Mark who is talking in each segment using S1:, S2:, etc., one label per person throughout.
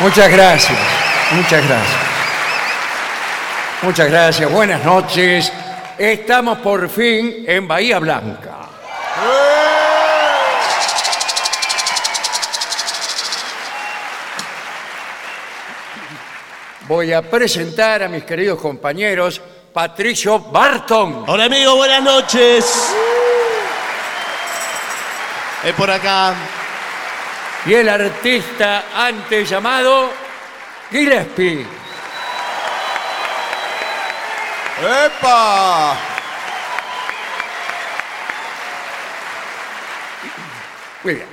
S1: Muchas gracias, muchas gracias. Muchas gracias, buenas noches. Estamos por fin en Bahía Blanca. Voy a presentar a mis queridos compañeros Patricio Barton
S2: Hola amigo, buenas noches. Es por acá.
S1: y el artista antes llamado Gillespie.
S3: ¡Epa!
S1: Muy bien,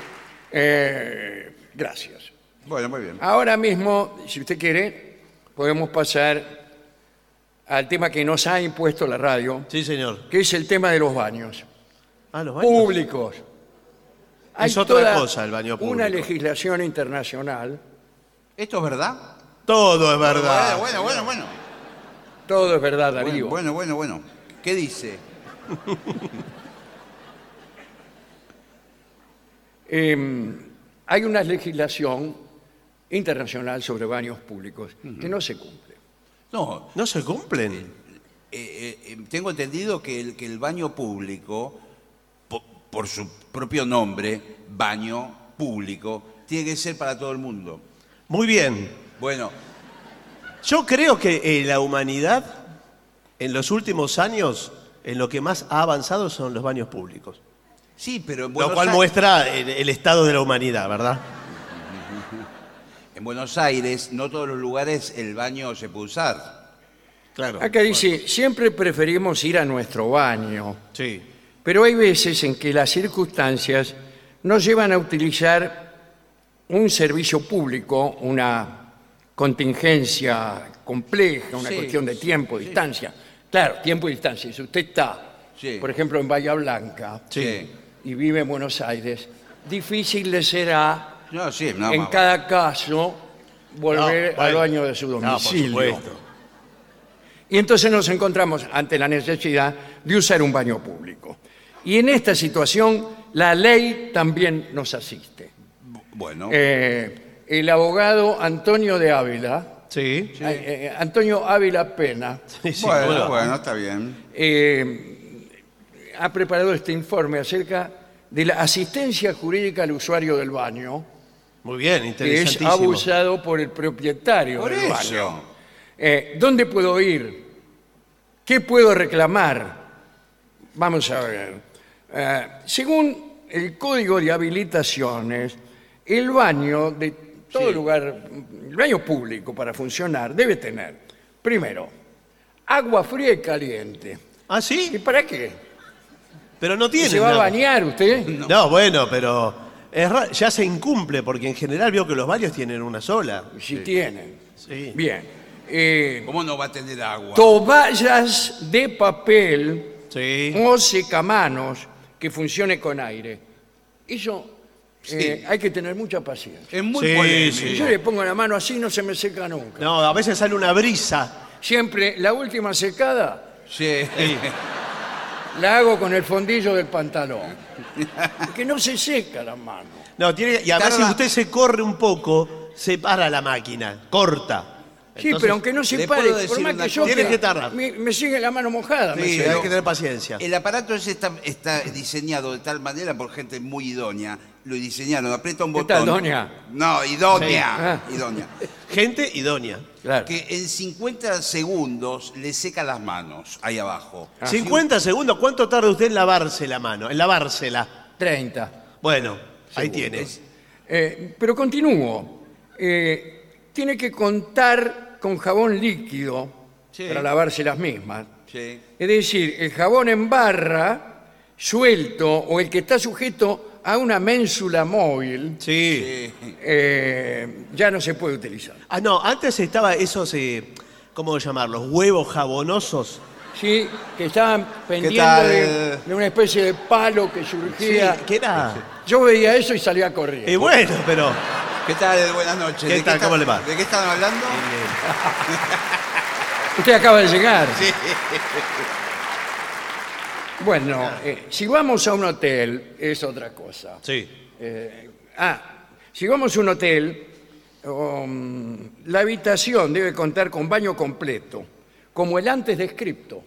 S1: Eh, gracias.
S3: Bueno, muy bien.
S1: Ahora mismo, si usted quiere, podemos pasar al tema que nos ha impuesto la radio,
S2: Sí, señor.
S1: que es el tema de los baños
S2: Ah, los baños.
S1: públicos. Hay
S2: Es otra
S1: toda
S2: cosa el baño
S1: Una
S2: público.
S1: legislación internacional,
S3: ¿Esto es verdad?
S2: Todo es verdad.
S3: Bueno, bueno, bueno.
S1: todo es verdad, Darío.
S3: Bueno, bueno, bueno, bueno. ¿Qué dice?
S1: Eh, hay una legislación internacional sobre baños públicos que no se cumple.
S3: No,
S2: No se cumplen.
S3: eh, eh, tengo entendido que el, que el baño público, po- por su propio nombre, baño público, tiene que ser para todo el mundo.
S2: Muy bien.
S3: Bueno,
S2: Yo creo que eh, la humanidad en los últimos años en lo que más ha avanzado son los baños públicos.
S3: sí, pero en
S2: lo
S3: Buenos,
S2: cual
S3: Ai-
S2: muestra el, el estado de la humanidad, ¿verdad?
S3: en Buenos Aires no todos los lugares el baño se puede usar.
S2: Claro.
S1: Acá dice, siempre preferimos ir a nuestro baño,
S2: Sí.
S1: pero hay veces en que las circunstancias nos llevan a utilizar un servicio público, una contingencia compleja, una
S3: Sí,
S1: cuestión de tiempo, distancia. Claro, tiempo y distancia. Si usted está,
S3: Sí.
S1: por ejemplo, en Bahía Blanca
S3: Sí.
S1: y vive en Buenos Aires, difícil le será
S3: No, sí, no,
S1: en
S3: más-
S1: cada caso volver
S2: Ah, No, bueno.
S1: al baño de su
S2: No, por
S1: domicilio.
S2: supuesto.
S1: y entonces nos encontramos ante la necesidad de usar un baño público. Y en esta situación la ley también nos asiste.
S3: Bueno,
S1: Eh, el abogado Antonio de Ávila,
S2: Sí. Sí,
S1: eh, eh, Antonio Ávila Pena,
S2: sí,
S3: bueno,
S2: bueno.
S3: bueno, está bien.
S1: eh, ha preparado este informe acerca de la asistencia jurídica al usuario del baño,
S2: Muy bien,
S1: que es
S2: interesantísimo.
S1: abusado por el propietario
S3: Por
S1: del baño.
S3: eso.
S1: Eh, ¿Dónde puedo ir? ¿Qué puedo reclamar? Vamos a ver. Eh, según el código de habilitaciones, el baño de todo lugar, el baño público para funcionar, debe tener, primero, agua fría y caliente.
S2: Ah,
S1: ¿Y
S2: sí,
S1: para qué?
S2: pero no tiene.
S1: ¿Se va a
S2: nada.
S1: bañar usted?
S2: No, bueno, pero es ra- ya se incumple porque en general veo que los baños tienen una sola.
S1: Si tienen.
S2: Sí.
S1: Bien. Eh,
S3: ¿Cómo no va a tener agua?
S1: toallas de papel
S2: Sí.
S1: o secamanos que funcione con aire. Eso eh, hay que tener mucha paciencia.
S3: Es muy
S2: Sí,
S3: polémico.
S2: sí.
S1: Yo le pongo la mano así, no se me seca nunca.
S2: No, a veces sale una brisa.
S1: Siempre la última secada
S3: Sí.
S1: la hago con el fondillo del pantalón. Que no se seca la mano.
S2: No, tiene, y además si
S3: Tarda-
S2: usted se corre un poco, se para la máquina, corta.
S1: Sí,
S2: Entonces,
S1: pero aunque no se
S3: le
S1: pare,
S3: puedo
S1: por
S3: decir
S1: más
S3: una
S1: que yo
S2: cosa. Tiene que
S1: quiera,
S2: tardar.
S1: me, me sigue la mano mojada. me
S2: Sí,
S1: sigue.
S2: hay que tener paciencia.
S3: El aparato ese está, está diseñado de tal manera por gente muy idónea. Lo diseñaron, aprieta un
S1: ¿Qué
S3: botón.
S1: tal, doña?
S3: No, idónea.
S1: Sí. Ah.
S3: Idónea.
S2: Gente idónea.
S1: Claro.
S3: Que en 50 segundos le seca las manos ahí abajo.
S2: Ah, 50 segundos, ¿cuánto tarda usted en lavarse la mano? En lavársela.
S1: 30.
S2: Bueno, ahí tiene.
S1: Eh, pero continúo. Eh, tiene que contar con jabón líquido
S3: Sí.
S1: para lavarse las mismas.
S3: Sí.
S1: Es decir, el jabón en barra, suelto o el que está sujeto a una ménsula móvil,
S2: Sí.
S3: Sí.
S1: eh, ya no se puede utilizar.
S2: Ah, no, antes estaba esos, eh, ¿cómo llamarlos? Huevos jabonosos.
S1: Sí, que estaban pendiendo
S3: tal,
S1: de,
S3: eh?
S1: de una especie de palo que surgía.
S2: ¿Qué era?
S1: Yo veía eso y salía corriendo.
S2: Y bueno, pero.
S3: ¿Qué tal? Buenas noches.
S2: ¿Qué
S3: ¿De
S2: tal?
S3: está-
S2: ¿Cómo le va?
S3: ¿De qué están hablando?
S1: Usted acaba de llegar. Bueno, eh, si vamos a un hotel, es otra cosa.
S2: Sí.
S1: Ah, si vamos a un hotel, um, la habitación debe contar con baño completo, como el antes descripto.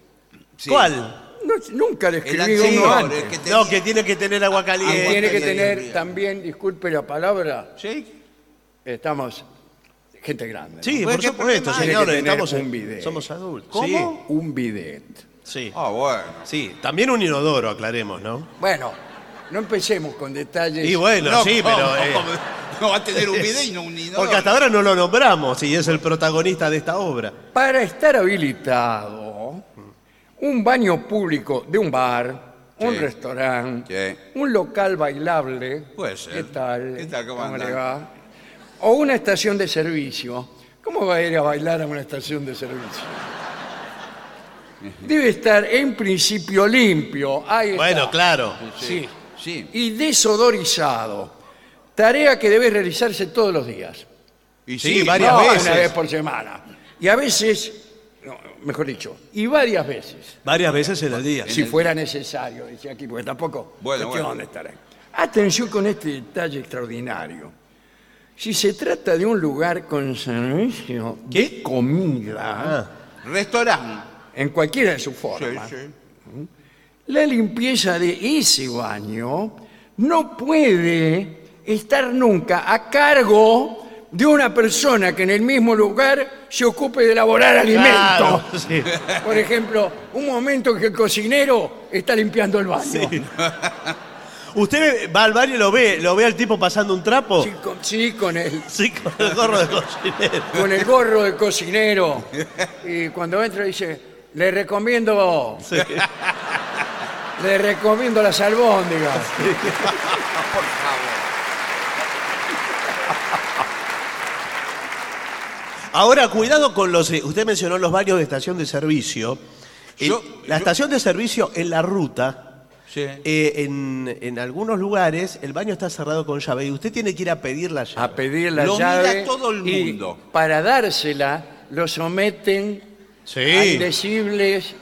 S3: Sí.
S2: ¿Cuál?
S1: No, nunca
S3: El
S1: describí uno
S3: anterior.
S1: antes.
S3: el que te-
S2: No, que tiene que tener agua caliente.
S1: Tiene que
S3: Bien,
S1: tener
S3: bien.
S1: también, disculpe la palabra,
S3: Sí.
S1: estamos gente grande. ¿no?
S2: Sí,
S3: Pues
S2: por
S3: que-
S2: supuesto,
S3: porque
S1: tiene que
S2: señores.
S1: tener
S2: Estamos
S1: un bidet.
S2: en. Somos adultos.
S3: ¿Cómo?
S1: Un bidet.
S2: Sí. Sí.
S3: Ah, bueno.
S2: Sí, También un inodoro, aclaremos, ¿no?
S1: Bueno, no empecemos con detalles.
S2: Y bueno,
S3: No,
S2: sí,
S3: ¿cómo?
S2: pero. eh,
S3: No va a tener un video y no un inodoro.
S2: porque hasta ahora no lo nombramos y es el protagonista de esta obra.
S1: Para estar habilitado, un baño público de un bar, un
S3: Sí.
S1: restaurante,
S3: Sí.
S1: un local bailable,
S3: Puede ser.
S1: ¿qué tal?
S3: ¿Qué tal? ¿Cómo anda?
S1: le va? O una estación de servicio. ¿Cómo va a ir a bailar a una estación de servicio? Debe estar en principio limpio. Ahí está.
S2: Bueno, claro.
S1: Sí.
S3: Sí.
S1: Y desodorizado. Tarea que debe realizarse todos los días.
S3: Y
S2: Sí, varias
S1: No,
S2: veces.
S1: Una vez por semana. Y a veces, no, mejor dicho, y varias veces,
S2: Varias veces en el día.
S1: si fuera necesario, decía aquí, porque tampoco
S3: Bueno,
S1: cuestión
S3: bueno.
S1: de estar ahí. Atención con este detalle extraordinario. Si se trata de un lugar con servicio de
S2: ¿Qué?
S1: comida,
S3: Restaurante.
S1: en cualquiera de sus
S3: Sí,
S1: formas,
S3: sí.
S1: la limpieza de ese baño no puede estar nunca a cargo de una persona que en el mismo lugar se ocupe de elaborar alimentos.
S2: Claro, sí.
S1: Por ejemplo, un momento que el cocinero está limpiando el baño. Sí,
S2: Usted va al baño y lo ve, lo ve al tipo pasando un trapo. Sí,
S1: con, sí, con el,
S2: con el gorro de cocinero.
S1: con el gorro del cocinero. Y cuando entra dice, le recomiendo,
S2: Sí.
S1: le recomiendo las albóndigas.
S3: Por favor.
S2: Ahora, cuidado con los. eh, Usted mencionó los baños de estación de servicio. El-
S3: Yo-
S2: la
S3: yo-
S2: estación de servicio en la ruta,
S3: Sí.
S2: eh, en, en algunos lugares, el baño está cerrado con llave y usted tiene que ir a pedir la llave.
S1: a pedir la
S3: Lo mira
S1: llave.
S3: todo el
S1: y
S3: mundo.
S1: para dársela, lo someten a indecibles.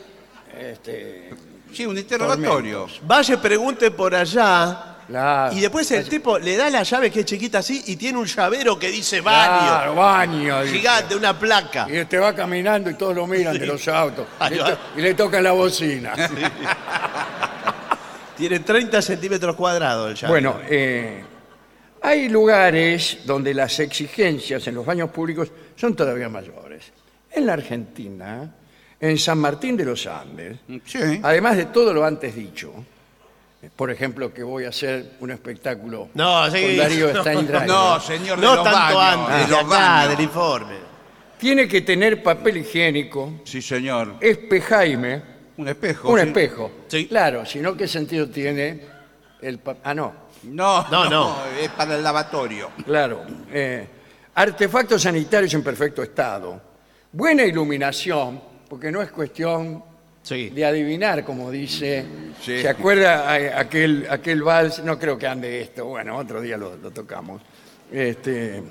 S1: este,
S3: Sí, un interrogatorio.
S2: Vaya, pregunte por allá.
S1: claro,
S2: Y después el tipo le da la llave que es chiquita así y tiene un llavero que dice baño.
S1: claro, baño. dice.
S2: Gigante, una placa.
S1: Y este va caminando y todos lo miran de los autos.
S2: Ahí
S1: Le
S2: va.
S1: to- y le tocan la bocina.
S2: Tiene 30 centímetros cuadrados el llavero.
S1: Bueno, eh, hay lugares donde las exigencias en los baños públicos son todavía mayores. En la Argentina, en San Martín de los Andes,
S3: Sí.
S1: Además de todo lo antes dicho, por ejemplo, que voy a hacer un espectáculo
S2: No, sí.
S1: con Darío
S2: No,
S1: Steinreich,
S3: No, señor, de
S2: no
S3: los
S2: tanto
S3: baños,
S2: antes,
S3: de
S2: de
S3: los
S2: acá,
S3: baños.
S2: del informe.
S1: tiene que tener papel higiénico,
S3: Sí, señor.
S1: espejaime,
S3: Un espejo.
S1: un
S3: sí.
S1: espejo.
S2: Sí.
S1: Claro, si no, ¿qué sentido tiene el papel? Ah, no,
S3: No,
S2: No,
S3: no,
S2: no.
S3: Es para el lavatorio.
S1: claro. eh, artefactos sanitarios en perfecto estado, buena iluminación, porque no es cuestión
S2: Sí.
S1: de adivinar, como dice.
S3: Sí.
S1: ¿Se acuerda a- aquel, aquel vals? No creo que ande esto. Bueno, otro día lo, lo tocamos. Este,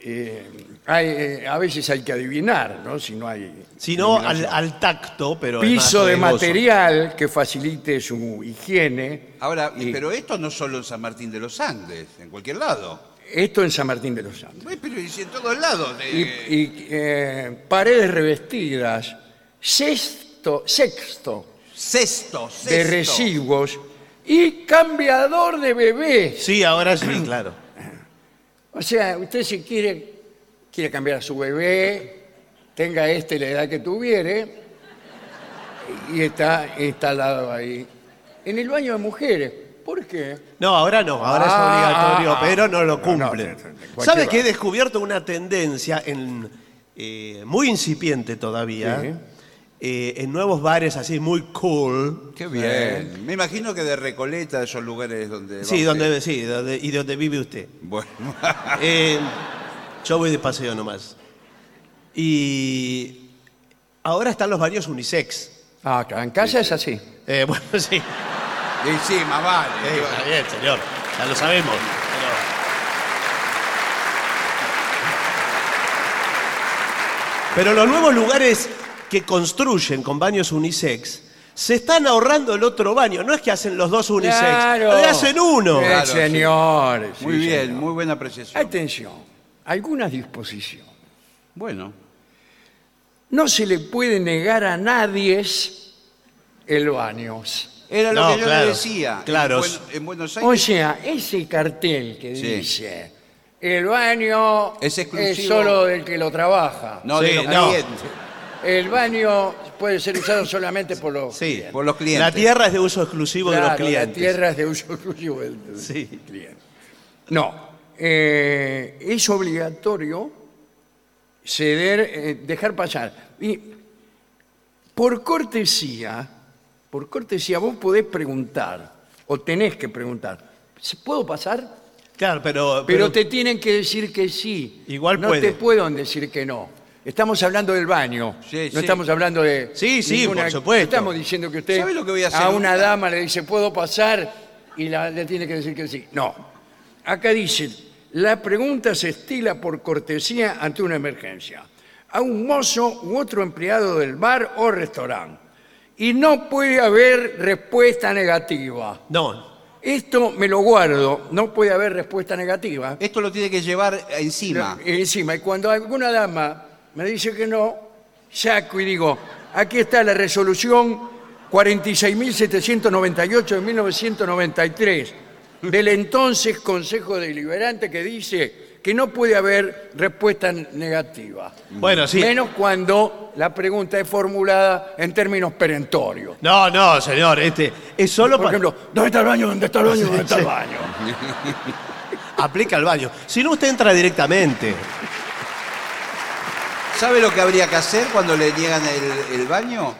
S1: eh, hay, eh, a veces hay que adivinar, ¿no? Si no hay.
S2: Si no, al,
S1: iluminación.
S2: al tacto, pero. es
S1: piso
S2: más
S1: de
S2: riesgoso.
S1: material que facilite su higiene.
S2: Ah.
S3: Ahora,
S1: Y
S3: pero esto no solo en San Martín de los Andes, en cualquier lado.
S1: Esto en San Martín de los Andes.
S3: Uy, Pero y si en todos lados. de-
S1: Y, y, eh, paredes revestidas, sexto, sexto
S3: Cesto, cesto.
S1: de residuos y cambiador de bebés.
S2: Sí, ahora sí, claro.
S1: O sea, usted si quiere, quiere cambiar a su bebé, tenga este la edad que tuviere, y está instalado ahí. En el baño de mujeres, ¿Por qué?
S2: No, ahora no, ahora
S1: Ah,
S2: es obligatorio,
S1: ah,
S2: pero no lo
S1: no,
S2: cumplen.
S1: no, de- de cualquier
S2: ¿Sabe que he
S1: lado.
S2: descubierto una tendencia en, eh, muy incipiente todavía?
S1: Sí.
S2: eh, en nuevos bares así muy cool.
S3: Qué bien. Me imagino que de Recoleta, de esos lugares donde. va
S2: Sí,
S3: usted.
S2: donde, sí donde- y donde vive usted.
S3: Bueno.
S1: Ah.
S2: Eh, yo voy de paseo nomás. Y ahora están los baños unisex.
S1: Ah, acá en casa es así.
S2: Eh, bueno, sí.
S3: y sí, más vale.
S2: Sí, está bien, señor. Ya lo sabemos. Pero... Pero los nuevos lugares que construyen con baños unisex se están ahorrando el otro baño. No es que hacen los dos unisex, le hacen uno.
S1: Sí,
S3: Claro, sí.
S1: señor. sí,
S3: Muy bien,
S1: señor.
S3: muy buena apreciación.
S1: Atención, algunas disposiciones.
S3: Bueno.
S1: No se le puede negar a nadie el baño.
S3: Era lo
S2: No,
S3: que yo
S2: claro,
S3: le decía. En
S2: claro.
S3: Buen- En, Buenos
S1: O
S3: Aires.
S1: sea, ese cartel que
S3: Sí.
S1: dice el baño
S3: Es exclusivo".
S1: solo del que lo trabaja.
S3: no,
S2: Sí,
S3: de los
S2: no.
S3: clientes.
S1: El baño puede ser usado solamente por los
S2: Sí,
S3: Por los clientes.
S2: La tierra es de uso exclusivo de los
S1: Claro,
S2: clientes.
S1: La tierra es de uso exclusivo del del
S2: Sí.
S1: cliente. No, eh, es obligatorio ceder, eh, dejar pasar. Y por cortesía, por cortesía, vos podés preguntar, o tenés que preguntar, "¿Se- ¿puedo pasar?
S2: Claro, pero,
S1: Pero
S2: pero-
S1: te tienen que decir que sí.
S2: Igual
S1: No
S2: puede.
S1: te pueden decir que no. Estamos hablando del baño.
S3: Sí,
S1: no
S3: sí.
S1: estamos hablando de.
S2: Sí, sí, por supuesto.
S1: Estamos diciendo que usted
S3: ¿Sabe lo que voy a hacer?
S1: una dama le dice, ¿puedo pasar? Y la, le tiene que decir que sí. No. Acá dice, la pregunta se estila por cortesía ante una emergencia. A un mozo u otro empleado del bar o restaurante. Y no puede haber respuesta negativa.
S2: No,
S1: Esto me lo guardo, no puede haber respuesta negativa.
S3: Esto lo tiene que llevar encima.
S1: Y encima, y cuando alguna dama me dice que no, saco y digo, aquí está la resolución 46.798 de 1993 del entonces Consejo Deliberante que dice que no puede haber respuesta negativa.
S2: bueno, sí.
S1: Menos cuando la pregunta es formulada en términos perentorios.
S2: No, no, señor, este es solo
S1: Por
S2: para...
S1: ejemplo, ¿dónde está el baño? ¿Dónde está el baño? ¿Dónde está el
S2: Sí.
S1: baño?
S2: Aplica al baño. Si no, usted entra directamente.
S3: ¿Sabe lo que habría que hacer cuando le niegan el, el baño?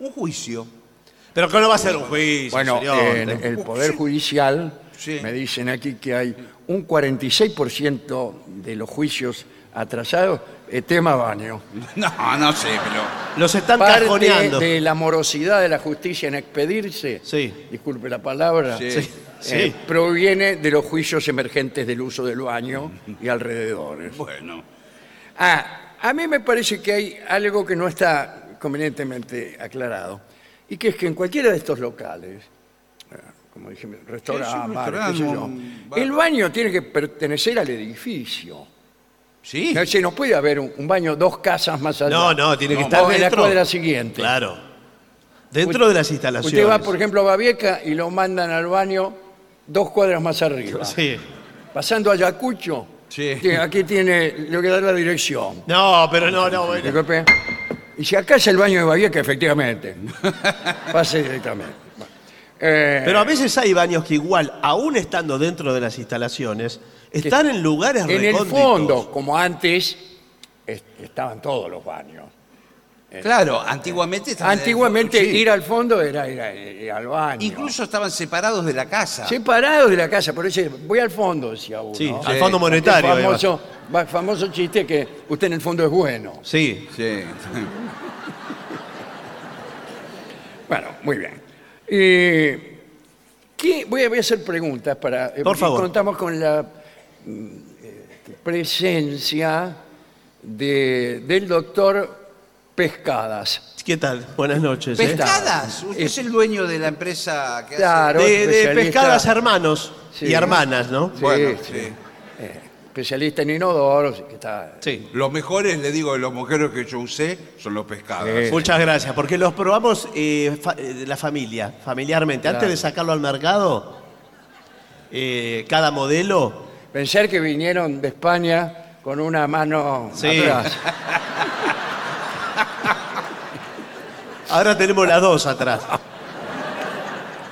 S3: Un juicio.
S2: Pero que no va a ser un juicio,
S1: Bueno,
S2: señor.
S1: en el Poder Judicial
S3: Sí.
S1: me dicen aquí que hay un 46% de los juicios atrasados, eh, tema baño.
S3: No, no sé, pero.
S2: Los están
S1: Parte
S2: cajoneando.
S1: de la morosidad de la justicia en expedirse,
S2: Sí.
S1: disculpe la palabra,
S3: Sí.
S1: eh,
S3: Sí.
S2: Sí.
S1: proviene de los juicios emergentes del uso del baño y alrededores.
S3: Bueno.
S1: Ah, a mí me parece que hay algo que no está convenientemente aclarado. Y que es que en cualquiera de estos locales, eh, como dije,
S3: Sí, sí,
S1: restaurante,
S3: un
S1: bares,
S3: restaurante,
S1: qué sé yo,
S3: un bar.
S1: el baño tiene que pertenecer al edificio.
S3: Sí.
S1: No se nos puede haber un, un baño dos casas más allá.
S2: No, no, tiene que
S1: No,
S2: estar
S1: o en la
S2: dentro.
S1: cuadra siguiente.
S2: Claro. Dentro de las instalaciones.
S1: Usted va, por ejemplo, a Babieca y lo mandan al baño dos cuadras más arriba.
S2: Sí.
S1: Pasando a Ayacucho,
S3: Sí.
S1: tiene- aquí tiene, le voy a dar la dirección.
S2: No, pero no, no, bueno.
S1: Disculpe. Y si acá es el baño de Bahía, que efectivamente. Pase directamente. Bueno. Eh,
S2: Pero a veces hay baños que igual, aún estando dentro de las instalaciones, están en lugares
S1: en el
S2: recónditos.
S1: fondo, como antes, es- estaban todos los baños.
S3: Claro, Eh, antiguamente estaban-
S1: Antiguamente
S3: Sí.
S1: ir al fondo era ir, a- ir al baño.
S3: Incluso estaban separados de la casa.
S1: Separados de la casa, por eso voy al fondo, decía uno.
S2: Sí,
S3: Sí.
S2: al fondo monetario.
S1: Aquel
S2: ahí va.
S1: famoso, va- famoso chiste que usted en el fondo es bueno.
S2: Sí.
S3: Sí.
S1: Bueno, muy bien. Eh, ¿qué- voy, a, voy a hacer preguntas para. eh, porque
S2: favor.
S1: Contamos con la mm, eh, presencia de- del doctor Pescadas.
S2: ¿Qué tal? Buenas noches. ¿eh?
S1: Pesca-
S3: Pescadas. Usted es el dueño de la empresa que
S1: Claro.
S2: De, de
S1: especialista-
S2: pescadas hermanos
S1: Sí.
S2: y hermanas, ¿no?
S1: Sí,
S3: Bueno,
S1: sí.
S3: sí.
S1: Eh, especialista en inodoros. Que está,
S2: Sí.
S3: hace. Los mejores, le digo, de los mujeres que yo usé son los pescados.
S1: Sí.
S2: Muchas gracias, porque los probamos eh, fa- eh, de la familia, familiarmente. Antes de sacarlo al mercado, eh, cada modelo.
S1: Pensar que vinieron de España con una mano
S2: Sí.
S1: atrás.
S2: Ahora tenemos las dos atrás.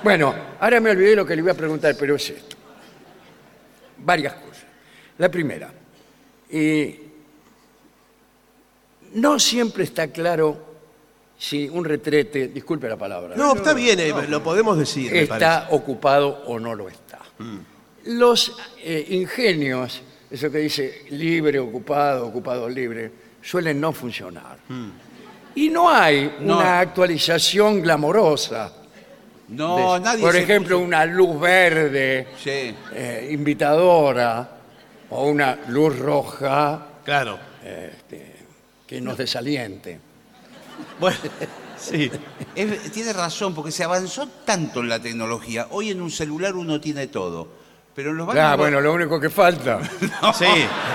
S1: Bueno, ahora me olvidé lo que le iba a preguntar, pero es esto. Varias cosas. La primera, eh, no siempre está claro si un retrete, disculpe la palabra,
S4: No, está bien, eh, lo podemos decir, me Mm.
S1: está ocupado o no lo está. Los eh, ingenios, eso que dice libre, ocupado, ocupado, libre, suelen no funcionar.
S4: Mm.
S1: Y no hay
S3: No.
S1: una actualización glamorosa.
S3: No,
S1: de-
S3: nadie.
S1: Por
S3: se-
S1: ejemplo, una luz verde
S3: Sí.
S1: eh, invitadora o una luz roja
S4: parece. Claro.
S1: que nos desaliente.
S4: Bueno, sí.
S3: Es- tiene razón, porque se avanzó tanto en la tecnología. Hoy en un celular uno tiene todo. Pero en los baños.
S1: Ah,
S3: no-
S1: bueno, lo único que falta.
S4: Sí,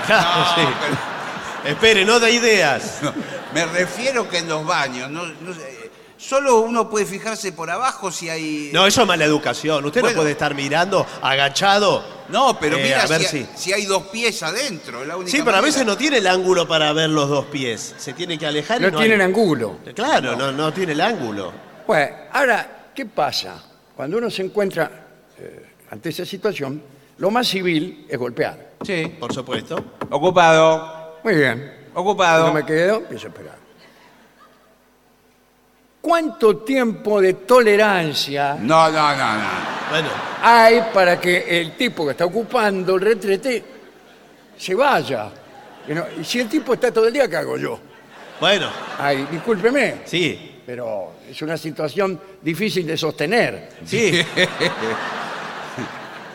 S4: claro, sí. Espere, no da ideas.
S3: no, me refiero que en los baños. no- no sé, solo uno puede fijarse por abajo si hay.
S4: No, eso es mala educación. Usted
S3: Bueno.
S4: no puede estar mirando agachado.
S3: No, pero
S4: Eh,
S3: mira
S4: a ver
S3: si,
S4: si-
S3: si hay dos pies adentro. es la única
S4: Sí, pero a
S3: manera.
S4: veces no tiene el ángulo para ver los dos pies. Se tiene que alejar y
S1: No
S4: no,
S1: tienen
S4: hay-
S1: ángulo.
S4: Claro, no, no tiene el ángulo.
S1: Bueno, ahora, ¿qué pasa? Cuando uno se encuentra eh, ante esa situación, lo más civil es golpear.
S3: Sí.
S4: Por supuesto.
S3: Ocupado.
S1: Muy bien.
S3: Ocupado.
S1: No me quedo, empiezo a esperar. ¿Cuánto tiempo de tolerancia
S3: No, no, no, no.
S4: Bueno,
S1: hay para que el tipo que está ocupando el retrete se vaya? Y no- y si el tipo está todo el día, ¿qué hago yo?
S4: bueno,
S1: Ay, discúlpeme,
S4: sí.
S1: pero es una situación difícil de sostener.
S4: Sí.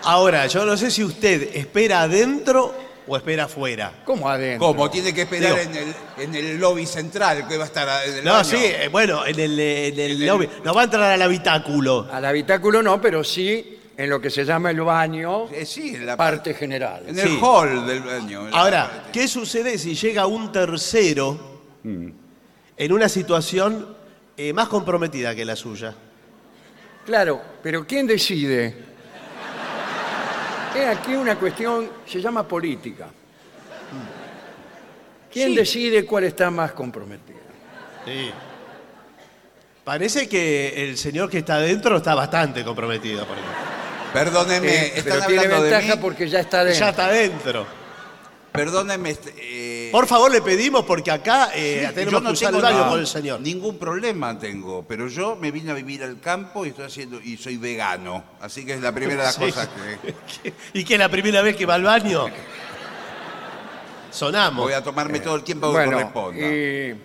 S4: Ahora, yo no sé si usted espera adentro o espera afuera.
S1: ¿Cómo adentro?
S3: ¿Cómo? Tiene que esperar
S4: Digo-
S3: en el, en el lobby central que va a estar en el
S4: No,
S3: baño.
S4: sí, eh, bueno, en el, eh, en el
S3: En el-
S4: lobby. No va a entrar al habitáculo.
S1: Al habitáculo no, pero sí en lo que se llama el baño,
S3: Eh, sí, en la
S1: parte general.
S3: En el
S4: Sí.
S3: hall del baño.
S4: Ahora, ¿qué sucede si llega un tercero en una situación eh, más comprometida que la suya?
S1: Claro, pero ¿quién decide? Es aquí una cuestión, se llama política.
S3: Mm.
S1: ¿Quién
S4: Sí.
S1: decide cuál está más comprometida?
S4: Sí.
S2: Parece que el señor que está adentro está bastante comprometido. Por ejemplo.
S3: Perdóneme,
S1: Eh,
S3: están
S1: pero tiene
S3: hablando de mí.
S1: ventaja porque ya está dentro.
S2: Ya está adentro.
S3: Perdóneme. este, eh,
S2: Por favor, le pedimos porque acá eh,
S3: sí,
S2: tenemos
S3: yo no
S2: que usar
S3: tengo
S2: el baño
S3: ningún-
S2: por el señor.
S3: Ningún problema tengo, pero yo me vine a vivir al campo y estoy haciendo y soy vegano, así que es la primera de las
S2: Sí.
S3: cosas que
S2: ¿Y que es la primera vez que va al baño?
S3: voy
S2: Sonamos.
S3: a tomarme todo el tiempo que
S1: Bueno,
S3: corresponda.
S1: eh,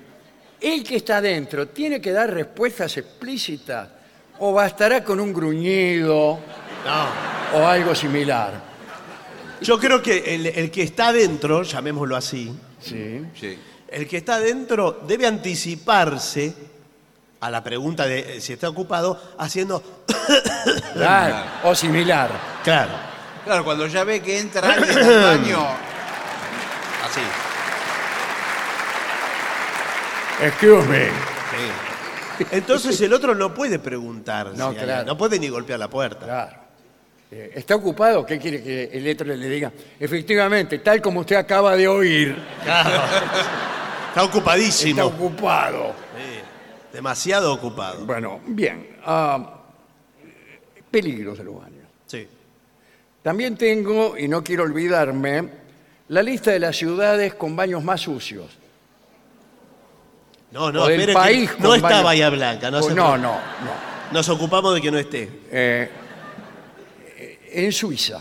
S1: el que está dentro tiene que dar respuestas explícitas o bastará con un gruñido
S2: No.
S1: o algo similar.
S2: Yo creo que el, el que está adentro, llamémoslo así,
S1: Sí.
S3: Sí.
S2: el que está adentro debe anticiparse a la pregunta de eh, si está ocupado haciendo...
S1: Claro, o similar.
S2: Claro.
S3: Claro, cuando ya ve que entra alguien al baño,
S2: Así.
S1: Excuse me.
S2: Entonces el otro no puede preguntar.
S1: No,
S2: si hay-
S1: claro.
S2: no puede ni golpear la puerta.
S1: Claro. Eh, ¿Está ocupado? ¿Qué quiere que el otro le diga? Efectivamente, tal como usted acaba de oír,
S2: Está
S1: está
S2: ocupadísimo.
S1: ocupado.
S2: Demasiado ocupado.
S1: Bueno, bien. ah, peligros de los baños.
S2: Sí.
S1: También tengo, y no quiero olvidarme, la lista de las ciudades con baños más sucios.
S2: No,
S1: o
S2: no,
S1: del
S2: espere que
S1: país con
S2: no está
S1: baños-
S2: Bahía Blanca. No,
S1: Pues
S2: se
S1: no,
S2: preocupe.
S1: no, no.
S2: Nos ocupamos de que no esté.
S1: Eh, en Suiza.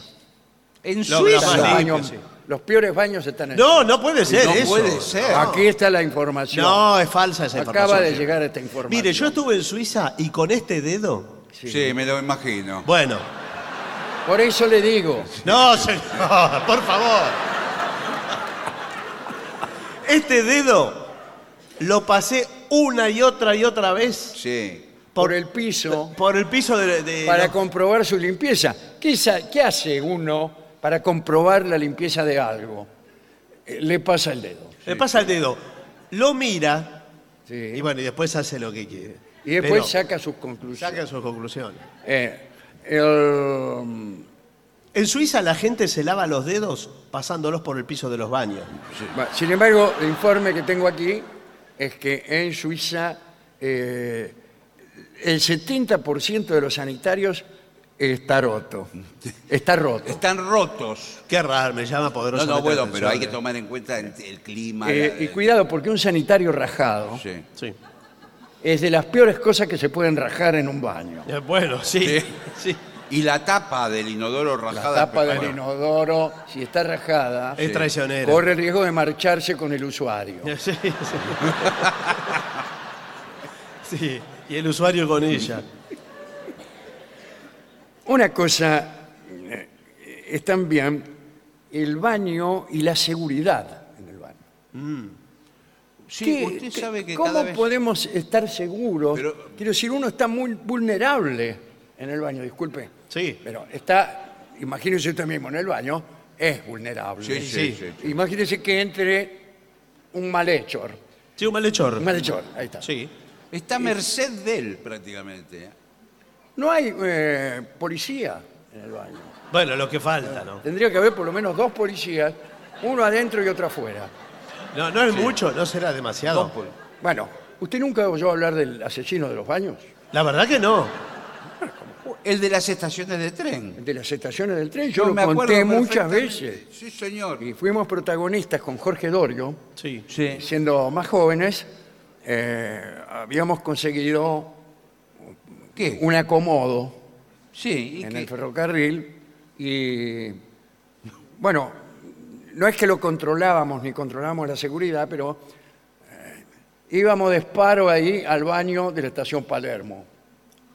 S3: en
S2: Lo
S1: Suiza,
S2: más
S1: los,
S2: limpio,
S1: baños-
S2: sí.
S1: los peores baños están en
S2: No, no puede ser
S3: no
S2: eso.
S3: puede ser.
S1: Aquí está la información.
S2: No, es falsa esa
S1: Acaba
S2: información.
S1: de llegar esta información.
S2: Mire, yo estuve en Suiza y con este dedo.
S3: Sí. me lo imagino.
S2: Bueno.
S1: Por eso le digo,
S2: No, señor, por favor. Este dedo lo pasé una y otra y otra vez
S3: Sí.
S1: por el piso,
S2: por el piso de. de-
S1: para
S2: Eh, no.
S1: comprobar su limpieza. ¿Qué, sa- qué hace uno para comprobar la limpieza de algo? Eh, Le pasa el dedo.
S2: Le pasa el dedo. Lo mira
S1: sí.
S2: y bueno, y después hace lo que quiere.
S1: Y después
S2: Pero
S1: saca sus conclusiones.
S2: saca sus conclusiones.
S1: Eh, el-
S2: En Suiza la gente se lava los dedos pasándolos por el piso de los baños.
S1: Bueno, Sin embargo, el informe que tengo aquí es que en Suiza eh, el 70% de los sanitarios está roto. Está roto.
S3: Están rotos.
S2: Qué raro, me llama poderoso.
S3: No, no, bueno, pero hay que tomar en cuenta el, el clima.
S1: Eh,
S3: la-
S1: y cuidado, porque un sanitario rajado
S3: Sí.
S2: Sí.
S1: es de las peores cosas que se pueden rajar en un baño.
S2: Eh, Bueno, sí.
S3: Sí.
S2: sí.
S3: Y la tapa del inodoro rajada.
S1: La tapa
S3: pero
S1: del
S3: bueno,
S1: inodoro, si está rajada,
S2: Es traicionero.
S1: corre el riesgo de marcharse con el usuario.
S2: Sí, sí. Sí, y el usuario con ella.
S1: Una cosa eh, es también el baño y la seguridad en el baño.
S3: Sí,
S1: ¿Qué-
S3: usted
S1: qué-
S3: sabe que
S1: ¿Cómo
S3: cada vez...
S1: podemos estar seguros?
S3: Pero-
S1: Quiero decir, uno está muy vulnerable en el baño, disculpe.
S2: Sí.
S1: Pero está, imagínese usted mismo en el baño, es vulnerable.
S3: Sí, sí, sí, sí.
S1: Imagínese que entre un malhechor.
S2: Sí, un malhechor.
S1: Un malhechor, ahí está.
S2: Sí.
S3: Está a merced de él prácticamente. ¿eh?
S1: No hay eh, policía en el baño.
S2: Bueno, lo que falta, ¿no?
S1: Tendría que haber por lo menos dos policías, uno adentro y otro afuera.
S2: No, no es mucho, no será demasiado.
S3: pues.
S1: Bueno, ¿usted nunca oyó hablar del asesino de los baños?
S2: La verdad que no.
S3: El de las estaciones de tren.
S1: De las estaciones del tren, yo
S3: No,
S1: lo
S3: me acuerdo
S1: conté muchas
S3: perfectamente.
S1: veces.
S3: Sí, señor.
S1: Y fuimos protagonistas con Jorge Dorio,
S2: Sí.
S3: Sí.
S1: siendo más jóvenes, eh, habíamos conseguido
S3: ¿Qué?
S1: un acomodo
S3: Sí, ¿y
S1: en
S3: qué?
S1: el ferrocarril y, bueno, no es que lo controlábamos ni controlábamos la seguridad, pero eh, íbamos de esparo ahí al baño de la estación Palermo,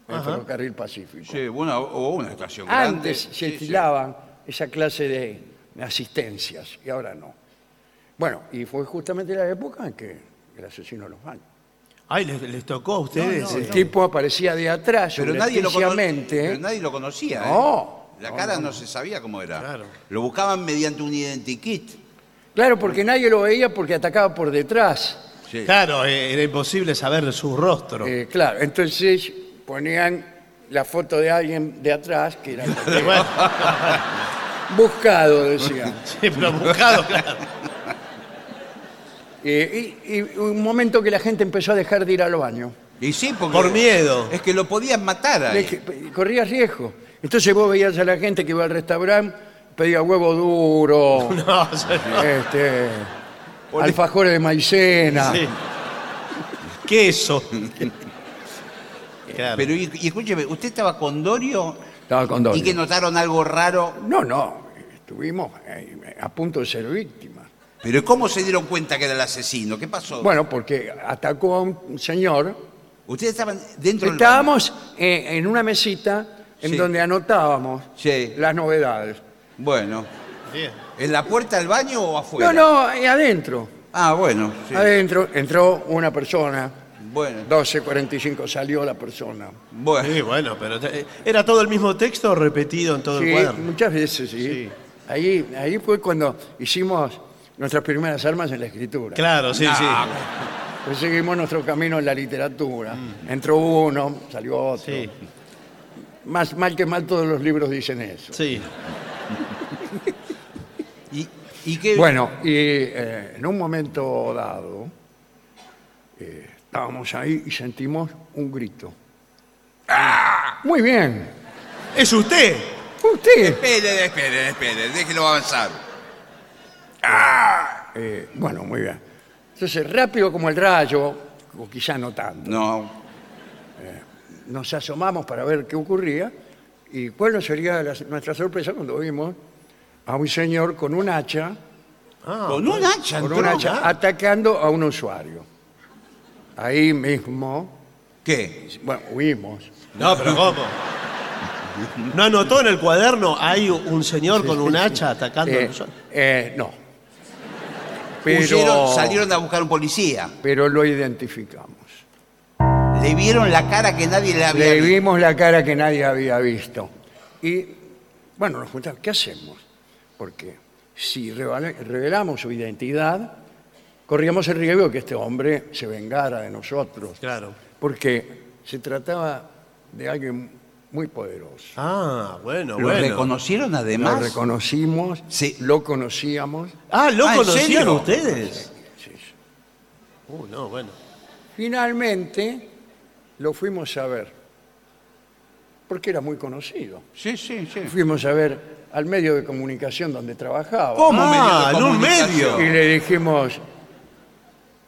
S1: en el ferrocarril Pacífico.
S3: Sí, una- o una estación grande.
S1: Antes
S3: Sí,
S1: se
S3: sí.
S1: alquilaban esa clase de asistencias y ahora no. Bueno, y fue justamente la época en que el asesino los baños.
S2: Ay, les, les tocó a ustedes.
S1: El
S2: eh.
S1: tipo aparecía de atrás, ¿eh?
S3: Pero nadie, lo cono- pero
S1: subrepticiamente.
S3: nadie lo conocía. ¿eh?
S1: No,
S3: La cara no, se sabía cómo era.
S2: Claro.
S3: Lo buscaban mediante un identikit.
S1: Claro, porque nadie lo veía porque atacaba por detrás.
S3: Sí.
S2: Claro, eh, era imposible saber su rostro.
S1: Eh, claro, entonces ponían la foto de alguien de atrás, que era el que-
S2: Bueno,
S1: buscado, decían.
S2: sí, pero buscado, claro.
S1: Eh, y, y un momento que la gente empezó a dejar de ir al baño.
S3: Y sí, porque
S2: Por miedo.
S3: Es que lo podían matar ahí.
S1: Es que corrías riesgo. Entonces vos veías a la gente que iba al restaurante, pedía huevo duro,
S2: No, o sea,
S1: este, alfajores de maicena.
S2: sí. Queso. Claro.
S3: Pero y, y escúcheme, usted estaba con Dorio
S1: Estaba con dos.
S3: y que notaron algo raro.
S1: No, no, estuvimos eh, a punto de ser víctimas.
S3: Pero ¿cómo se dieron cuenta que era el asesino? ¿Qué pasó?
S1: Bueno, porque atacó a un señor.
S3: Ustedes estaban dentro del
S1: Estábamos eh, en una mesita en
S3: Sí.
S1: donde anotábamos
S3: Sí.
S1: las novedades.
S3: baño. Bueno.
S2: Bien.
S3: ¿En la puerta del baño o afuera?
S1: No, no, eh, adentro.
S3: Ah, bueno. sí.
S1: Adentro entró una persona,
S3: Bueno.
S1: 12.45 salió la persona.
S3: Bueno.
S2: Sí, bueno, pero te- eh, era todo el mismo texto repetido en todo el
S1: Sí,
S2: cuaderno.
S1: muchas veces, sí.
S2: Sí.
S1: Ahí, ahí fue cuando hicimos nuestras primeras armas en la escritura.
S2: Claro, sí,
S1: Pues seguimos nuestro camino en la literatura. Entró uno, salió otro.
S2: Mm. sí.
S1: Más mal que mal todos los libros dicen eso.
S2: Sí, sí.
S3: ¿Y, y qué?
S1: Bueno, y eh, en un momento dado, eh, estábamos ahí y sentimos un grito. ¡Ah! Muy bien.
S2: ¡Es usted!
S1: Usted.
S3: Espere, espere, espere. Déjelo avanzar.
S1: Eh, bueno, muy bien. Entonces, rápido como el rayo, o quizá no tanto,
S3: No.
S1: nos asomamos para ver qué ocurría y cuál no sería la- nuestra sorpresa cuando vimos a un señor con un hacha,
S3: con un hacha
S1: con
S3: entró.
S1: un hacha atacando a un usuario. Ahí mismo,
S3: ¿Qué?
S1: bueno, huimos.
S2: No, pero ¿cómo? ¿No anotó en el cuaderno hay un señor con un hacha atacando a
S1: Eh,
S2: nosotros?
S1: eh, no.
S3: Huyeron,
S1: Pero,
S3: salieron a buscar un policía.
S1: pero lo identificamos.
S3: Le vieron la cara que nadie le había
S1: Le
S3: visto.
S1: vimos la cara que nadie había visto. Y bueno, nos juntamos, ¿qué hacemos? Porque si revela- revelamos su identidad, corríamos el riesgo de que este hombre se vengara de nosotros.
S2: Claro.
S1: Porque se trataba de alguien muy poderoso.
S2: Ah, bueno,
S3: Lo
S2: bueno.
S3: reconocieron
S1: Lo
S3: además.
S1: reconocimos,
S3: Sí.
S1: lo conocíamos.
S2: ah, ¿lo
S3: Ah, ¿en
S2: conocían
S3: serio?
S2: ustedes? Uh, no, bueno.
S1: Finalmente, lo fuimos a ver, porque era muy conocido.
S3: Sí, sí, sí.
S1: Fuimos a ver al medio de comunicación donde trabajaba.
S3: ¿Cómo
S2: Ah, en un
S3: comunicación?
S1: Y le dijimos,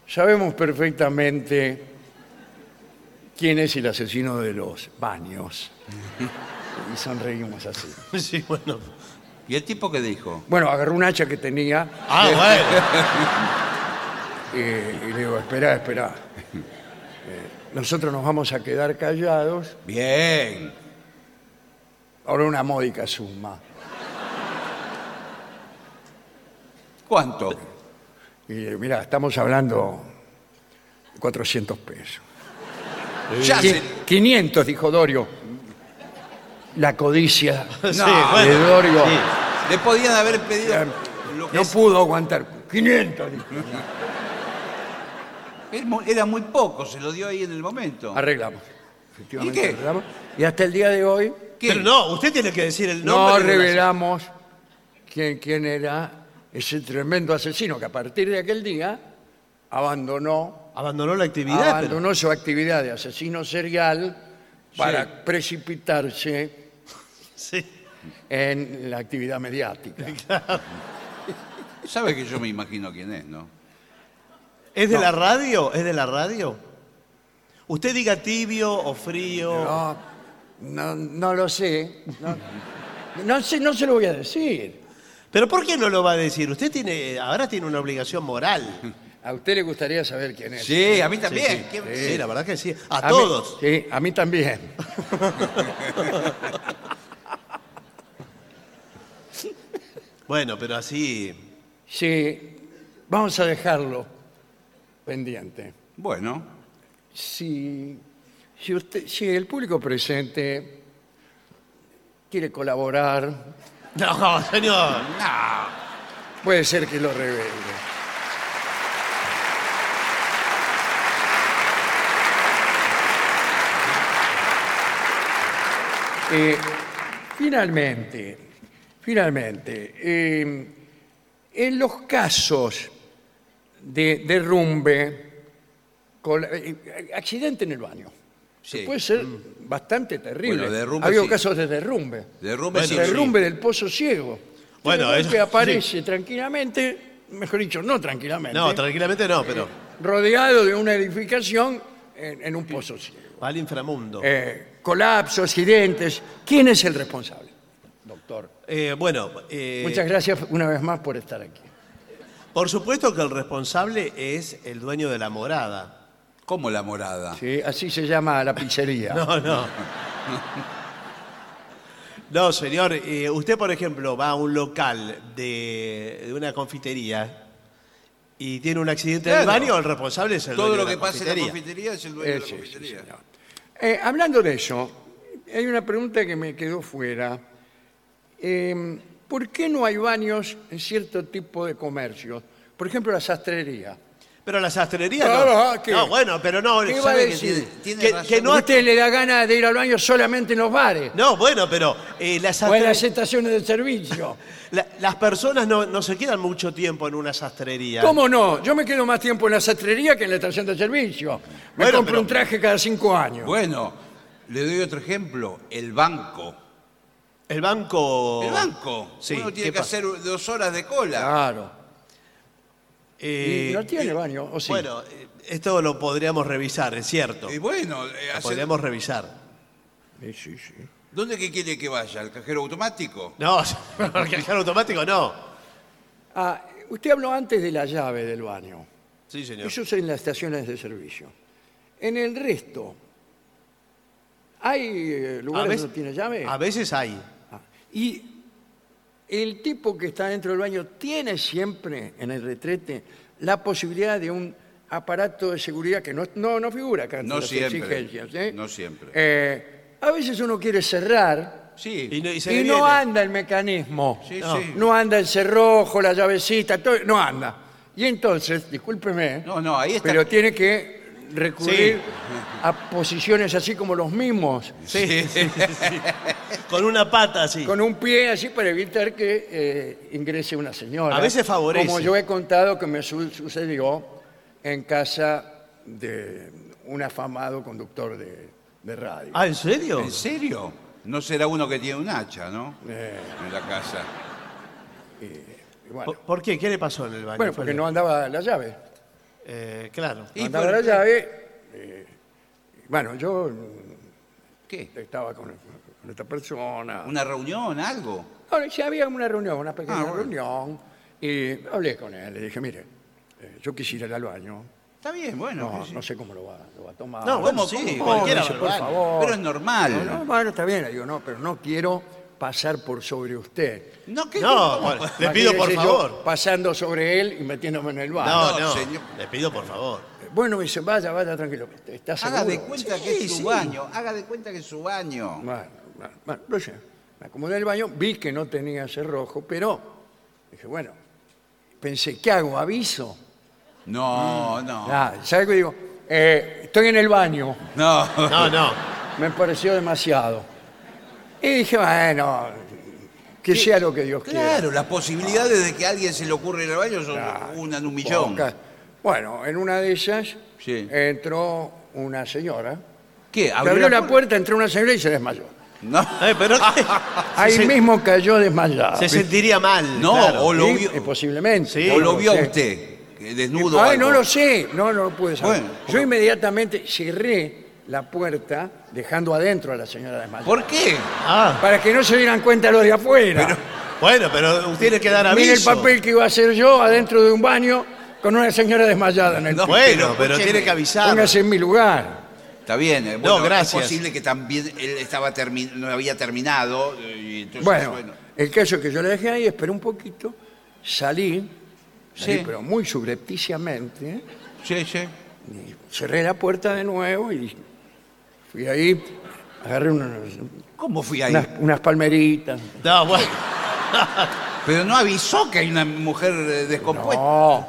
S1: sabemos perfectamente quién es el asesino de los baños. Y sonreímos así.
S2: Sí, bueno.
S3: ¿Y el tipo qué dijo?
S1: Bueno, agarró un hacha que tenía
S3: Eh,
S2: Ah, bueno.
S1: y, eh, y le digo, esperá, esperá. Eh, Nosotros nos vamos a quedar callados.
S3: Bien.
S1: Ahora una módica suma.
S3: ¿Cuánto?
S1: Y mira, estamos hablando de 400 pesos.
S3: Ya
S1: Qui-
S3: se-
S1: 500, dijo Dorio. La codicia
S2: Sí,
S3: No,
S2: bueno.
S1: de Dorio
S2: Sí.
S3: Le podían haber pedido
S1: eh,
S3: lo que
S1: no
S3: es-
S1: pudo aguantar. 500, dijo.
S3: es mu- Era muy poco, se lo dio ahí en el momento.
S1: Arreglamos. Efectivamente,
S3: ¿Y qué?
S1: arreglamos. Y hasta el día de hoy
S3: ¿Qué?
S2: Pero no, usted tiene que decir el
S1: no
S2: nombre. de la-
S1: revelamos quién, quién era ese tremendo asesino que a partir de aquel día abandonó
S2: Abandonó la actividad. pero-
S1: Ah, abandonó su actividad de asesino serial para precipitarse
S2: Sí.
S1: en la actividad mediática.
S3: Sabe que yo me imagino quién es, ¿no?
S2: ¿Es de la radio? ¿Es de la radio? Usted diga tibio o frío.
S1: No, no, no lo sé. No, no sé, no se lo voy a decir.
S2: Pero ¿por qué no lo va a decir? Usted tiene, ahora tiene una obligación moral.
S1: A usted le gustaría saber quién es.
S3: Sí, a mí también.
S2: Sí,
S3: ¿Qué-
S2: sí, la verdad que sí. A,
S1: A mí-
S2: todos.
S1: sí, a mí también.
S2: Bueno, pero así.
S1: Sí, vamos a dejarlo pendiente.
S3: Bueno,
S1: si, si, usted, si el público presente quiere colaborar,
S2: No, señor.
S1: puede ser que lo revele. Eh, finalmente, finalmente, eh, en los casos de derrumbe, col- eh, accidente en el baño,
S3: sí. Mm.
S1: Puede ser bastante terrible.
S3: Bueno, derrumbe,
S1: ha habido
S3: sí.
S1: casos de derrumbe.
S3: Derrumbe,
S2: Bueno,
S3: sí,
S1: derrumbe del pozo ciego.
S2: Bueno,
S1: que
S2: eso-
S1: aparece tranquilamente, mejor dicho, no tranquilamente,
S2: No, tranquilamente no, pero.
S1: rodeado de una edificación en, en un pozo ciego.
S2: Va al inframundo.
S1: Eh, colapso, accidentes. ¿Quién es el responsable, doctor?
S2: Eh, bueno, eh,
S1: Muchas gracias una vez más por estar aquí.
S2: por supuesto que el responsable es el dueño de la morada.
S3: sí. ¿Cómo la morada?
S1: Sí, así se llama la pizzería.
S2: No, no. No, señor, eh, usted, por ejemplo, va a un local de, de una confitería y tiene un accidente en el
S3: Claro.
S2: baño, el responsable es el
S3: Todo
S2: dueño
S3: lo
S2: de
S3: que
S2: la
S3: pasa en la
S2: confitería.
S3: confitería es el dueño
S1: Eh,
S3: de la
S1: sí, sí,
S3: confitería.
S1: señor. Eh, hablando de eso, hay una pregunta que me quedó fuera. Eh, ¿Por qué no hay baños en cierto tipo de comercios? Por ejemplo, la sastrería.
S2: Pero la sastrería
S1: Claro, ah,
S2: no.
S1: ¿qué?
S2: No, bueno, pero no,
S1: ¿Qué va a
S2: sabe que
S1: decir?
S2: tiene,
S3: Tiene
S2: que-
S3: razón.
S2: que
S1: No
S2: no,
S1: a usted le da ganas de ir al baño solamente en los bares
S2: no, bueno, pero eh, la
S1: o en las
S2: sastre-
S1: estaciones de servicio.
S2: la- las personas no, no se quedan mucho tiempo en una sastrería.
S1: ¿Cómo no? Yo me quedo más tiempo en la sastrería que en la estación de servicio. Me
S2: Bueno,
S1: compro
S2: pero-
S1: un traje cada cinco años.
S3: Bueno, le doy otro ejemplo, el banco.
S2: El banco.
S3: El banco.
S2: Sí,
S3: Uno
S2: ¿qué
S3: tiene que
S2: pasa?
S3: hacer dos horas de cola.
S1: Claro.
S2: Eh,
S1: Y no tiene baño, ¿o sí?
S2: Bueno, eh, esto lo podríamos revisar, es cierto.
S3: Y bueno, eh,
S2: Lo
S3: hacer-
S2: podríamos revisar.
S1: Sí, sí, sí.
S3: ¿dónde que quiere que vaya? ¿Al cajero automático?
S2: No, el cajero automático no.
S1: Ah, usted habló antes de la llave del baño.
S2: Sí, señor.
S1: Eso es en las estaciones de servicio. En el resto, ¿hay eh, lugares donde tiene llave?
S2: a veces hay.
S1: Ah, Y el tipo que está dentro del baño tiene siempre en el retrete la posibilidad de un aparato de seguridad que no, no, no figura acá. entre
S3: No
S1: las
S3: siempre.
S1: exigencias, ¿eh?
S3: No siempre.
S1: Eh, a veces uno quiere cerrar
S3: Sí.
S2: Y no-
S1: y,
S2: se le
S1: no
S2: viene.
S1: anda el mecanismo.
S3: Sí,
S2: No.
S3: sí.
S1: No anda el cerrojo, la llavecita, todo, no anda. Y entonces, discúlpeme,
S3: No, no, ahí está.
S1: pero tiene que recurrir
S2: Sí.
S1: a posiciones así como los mismos,
S2: Sí, sí, sí. Con una pata así.
S1: con un pie así para evitar que eh, ingrese una señora.
S2: A veces favorece.
S1: Como yo he contado que me su- sucedió en casa de un afamado conductor de, de radio.
S2: Ah, ¿en serio?
S3: ¿En serio? No será uno que tiene un hacha, ¿no?
S1: Eh,
S3: En la casa.
S1: y bueno.
S2: ¿Por, por qué? ¿Qué le pasó en el baño?
S1: Bueno, porque no andaba la llave.
S2: Eh, claro.
S3: Y
S1: andaba
S3: por-
S1: la llave. eh, bueno, yo
S3: ¿Qué?
S1: estaba con, con esta persona.
S3: ¿Una reunión, algo?
S1: Ahora, sí había una reunión, una pequeña
S3: Ah, bueno.
S1: reunión, y hablé con él. Le dije, mire, eh, yo quisiera ir al baño.
S3: Está bien, bueno.
S1: No,
S3: qué sé
S1: no
S3: yo.
S1: sé cómo lo va, lo va a tomar.
S2: No,
S3: bueno,
S2: ¿Cómo?
S3: sí,
S2: ¿Cómo?
S3: cualquiera
S2: Dice,
S3: va
S2: por
S3: al baño.
S1: favor.
S3: Pero es
S1: No,
S3: normal.
S1: no, bueno, está bien. Le digo, no, pero no quiero pasar por sobre usted.
S3: No, ¿qué-
S2: No,
S3: cómo?
S2: bueno, le pido por
S1: Imagínese yo
S2: favor.
S1: Pasando sobre él y metiéndome en el baño.
S2: No,
S3: Ah, no,
S2: no,
S3: señor.
S2: le pido por favor.
S1: Bueno, me dice, vaya, vaya, tranquilo. ¿Estás
S3: Haga de
S1: seguro?
S3: cuenta
S1: Sí,
S3: que es su
S1: sí.
S3: baño. Haga de cuenta que es su baño.
S1: Bueno, bueno, bueno, no sé. Me acomodé en el baño, vi que no tenía cerrojo, pero dije, bueno, pensé, ¿qué hago? ¿Aviso?
S3: No, no.
S1: Nada, salgo y digo, eh, estoy en el baño.
S3: No.
S2: No, no.
S1: Me pareció demasiado. Y dije, bueno, que sea lo que Dios
S3: Claro, las posibilidades de que a alguien se le ocurra ir al baño son una en un
S1: quiera.
S3: millón.
S1: Poca- Bueno, en una de ellas
S3: Sí.
S1: entró una señora.
S3: ¿Qué?
S1: Le abrió la puerta, entró una señora y se desmayó.
S3: No,
S2: Eh, pero
S1: Ahí mismo cayó desmayada.
S2: se sentiría mal.
S3: no
S2: claro.
S3: o lo
S1: Sí,
S3: vio,
S1: eh, posiblemente.
S2: Sí.
S3: o lo vio a
S1: Sí.
S3: usted, que desnudo.
S1: Ay,
S3: algo.
S1: no lo sé, no, no lo pude saber.
S3: Bueno,
S1: Yo inmediatamente cerré la puerta, dejando adentro a la señora desmayada.
S3: ¿Por qué?
S2: Ah,
S1: Para que no se dieran cuenta los de afuera.
S2: bueno, pero usted tiene que dar aviso.
S1: Mire el papel que iba a hacer yo adentro de un baño con una señora desmayada en el
S3: No,
S2: Bueno, pero,
S3: escúcheme,
S2: tiene que avisar.
S1: Póngase en mi lugar.
S3: Está bien. eh, bueno,
S2: gracias.
S3: Es posible que también él estaba termi- no había terminado. eh, y entonces,
S1: Bueno,
S3: bueno.
S1: el caso es que yo la dejé ahí, esperé un poquito, salí, salí,
S3: Sí.
S1: pero muy subrepticiamente, ¿eh?
S3: Sí, sí.
S1: y cerré la puerta de nuevo y fui ahí, agarré unos-
S3: ¿Cómo fui ahí?
S1: unas, unas palmeritas.
S2: No, bueno.
S3: Pero no avisó que hay una mujer eh, descompuesta.
S1: No.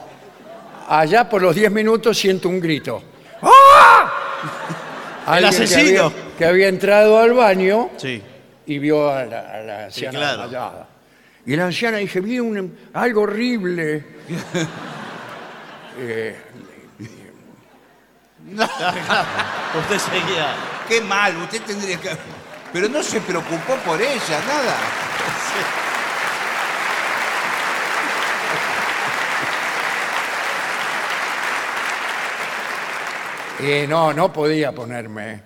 S1: Allá por los 10 minutos siento un grito. ¡Ah!
S2: El
S1: Alguien Que
S2: asesino.
S1: había, que había entrado al baño
S2: Sí.
S1: y vio a la, a la
S2: Sí,
S1: anciana
S2: claro.
S1: desmayada. Y la anciana dice, vi un- algo horrible. Eh,
S2: Usted seguía.
S3: Qué mal, usted tendría que. Pero no se preocupó por ella, nada.
S1: y no, no podía ponerme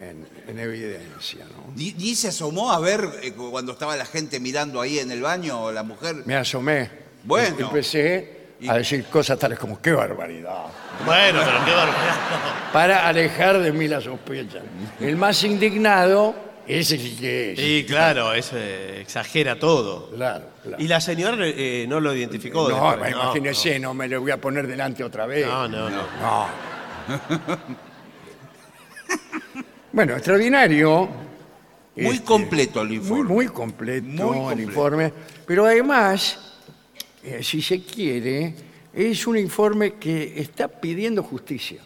S1: en, en evidencia. ¿no?
S3: Ni, ni se asomó a ver eh, cu- cuando estaba la gente mirando ahí en el baño, la mujer.
S1: Me asomé.
S3: Bueno.
S1: Empecé a decir cosas tales como, qué barbaridad.
S2: Bueno, pero qué barbaridad.
S1: para alejar de mí la sospecha. El más indignado es el que es.
S2: Sí, claro, eso eh, exagera todo.
S1: Claro, claro.
S2: Y la señora eh, no lo identificó.
S1: no,
S2: después,
S1: imagínese, no. me lo voy a poner delante otra vez.
S2: No, no, no.
S1: No. bueno, extraordinario.
S3: Muy
S1: Este,
S3: completo el
S1: Muy,
S3: informe.
S1: muy completo
S3: Muy completo.
S1: el informe. Pero además, eh, si se quiere, es un informe que está pidiendo justicia.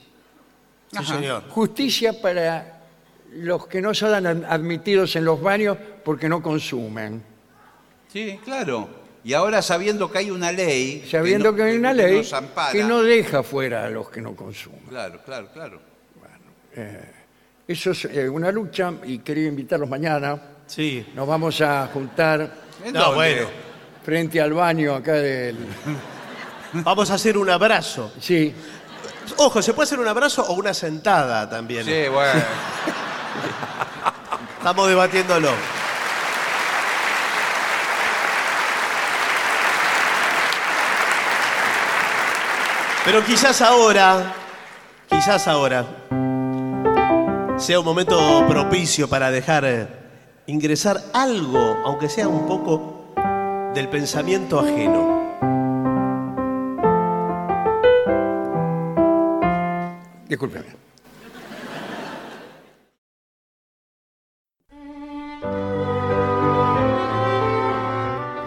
S2: Sí, señor.
S1: Justicia para los que no son ad- admitidos en los baños porque no consumen.
S3: Sí, claro. Y ahora sabiendo que hay una ley.
S1: Sabiendo
S3: no-
S1: que, hay una ley
S3: nos ampara.
S1: que no deja fuera a los que no consumen.
S3: Claro, claro, claro.
S1: Eso es eh, una lucha y quería invitarlos mañana.
S2: Sí.
S1: Nos vamos a juntar
S3: ¿En
S2: No,
S3: dónde?
S2: bueno.
S1: frente al baño acá del...
S2: Vamos a hacer un abrazo.
S1: Sí,
S2: Ojo, se puede hacer un abrazo o una sentada también.
S3: Sí, bueno.
S2: Estamos debatiéndolo. Pero quizás ahora, quizás ahora, sea un momento propicio para dejar eh, ingresar algo, aunque sea un poco, del pensamiento ajeno.
S1: discúlpeme.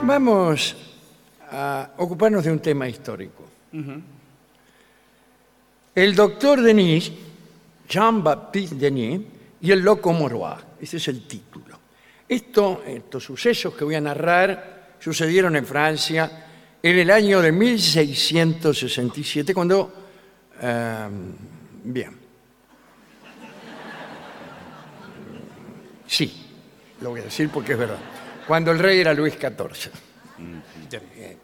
S1: Vamos a ocuparnos de un tema histórico. El doctor Denis, Jean-Baptiste Denis, y el loco Morois. Ese es el título. Esto- estos sucesos que voy a narrar sucedieron en Francia en el año de 1667, cuando... eh, em, bien. sí, lo voy a decir porque es verdad. Cuando el rey era Luis XIV. Eh,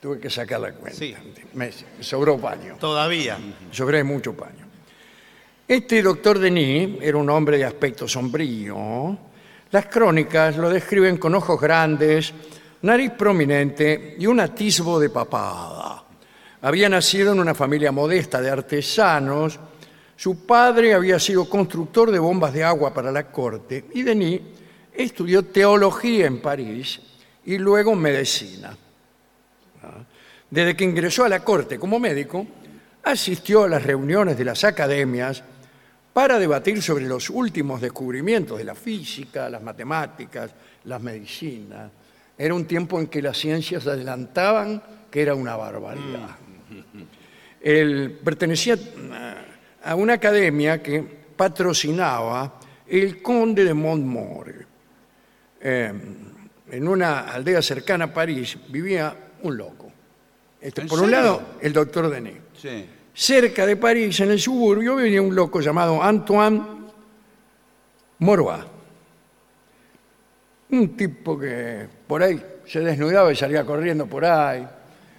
S1: Tuve que sacar la cuenta.
S2: Sí.
S1: Me sobró baño.
S2: Todavía.
S1: Sobre mucho paño. Este doctor Denis era un hombre de aspecto sombrío. Las crónicas lo describen con ojos grandes, nariz prominente y un atisbo de papada. Había nacido en una familia modesta de artesanos. Su padre había sido constructor de bombas de agua para la corte y Denis estudió teología en París y luego medicina. Desde que ingresó a la corte como médico, asistió a las reuniones de las academias para debatir sobre los últimos descubrimientos de la física, las matemáticas, las medicinas. Era un tiempo en que las ciencias adelantaban que era una barbaridad. Él pertenecía eh, a una academia que patrocinaba el conde de Montmore. Eh, en una aldea cercana a París vivía un loco. Este,
S3: ¿En
S1: por un
S3: serio?
S1: lado, el doctor Denis.
S3: Sí.
S1: Cerca de París, en el suburbio, vivía un loco llamado Antoine Morois. Un tipo que por ahí se desnudaba y salía corriendo por ahí.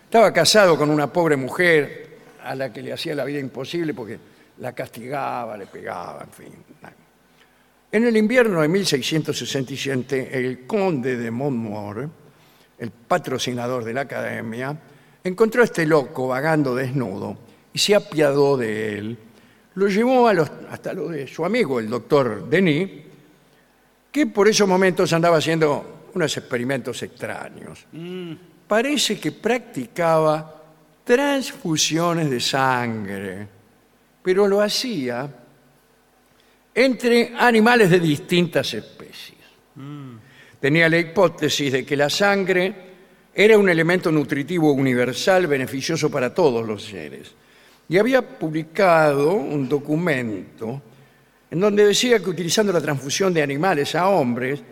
S1: Estaba casado con una pobre mujer a la que le hacía la vida imposible porque la castigaba, le pegaba, en fin. En el invierno de 1667, el conde de Montmore, el patrocinador de la academia, encontró a este loco vagando desnudo y se apiadó de él. Lo llevó a los- hasta lo de su amigo, el doctor Denis, que por esos momentos andaba haciendo unos experimentos extraños. Parece que practicaba transfusiones de sangre, pero lo hacía entre animales de distintas especies. Tenía la hipótesis de que la sangre era un elemento nutritivo universal beneficioso para todos los seres. Y había publicado un documento en donde decía que utilizando la transfusión de animales a hombres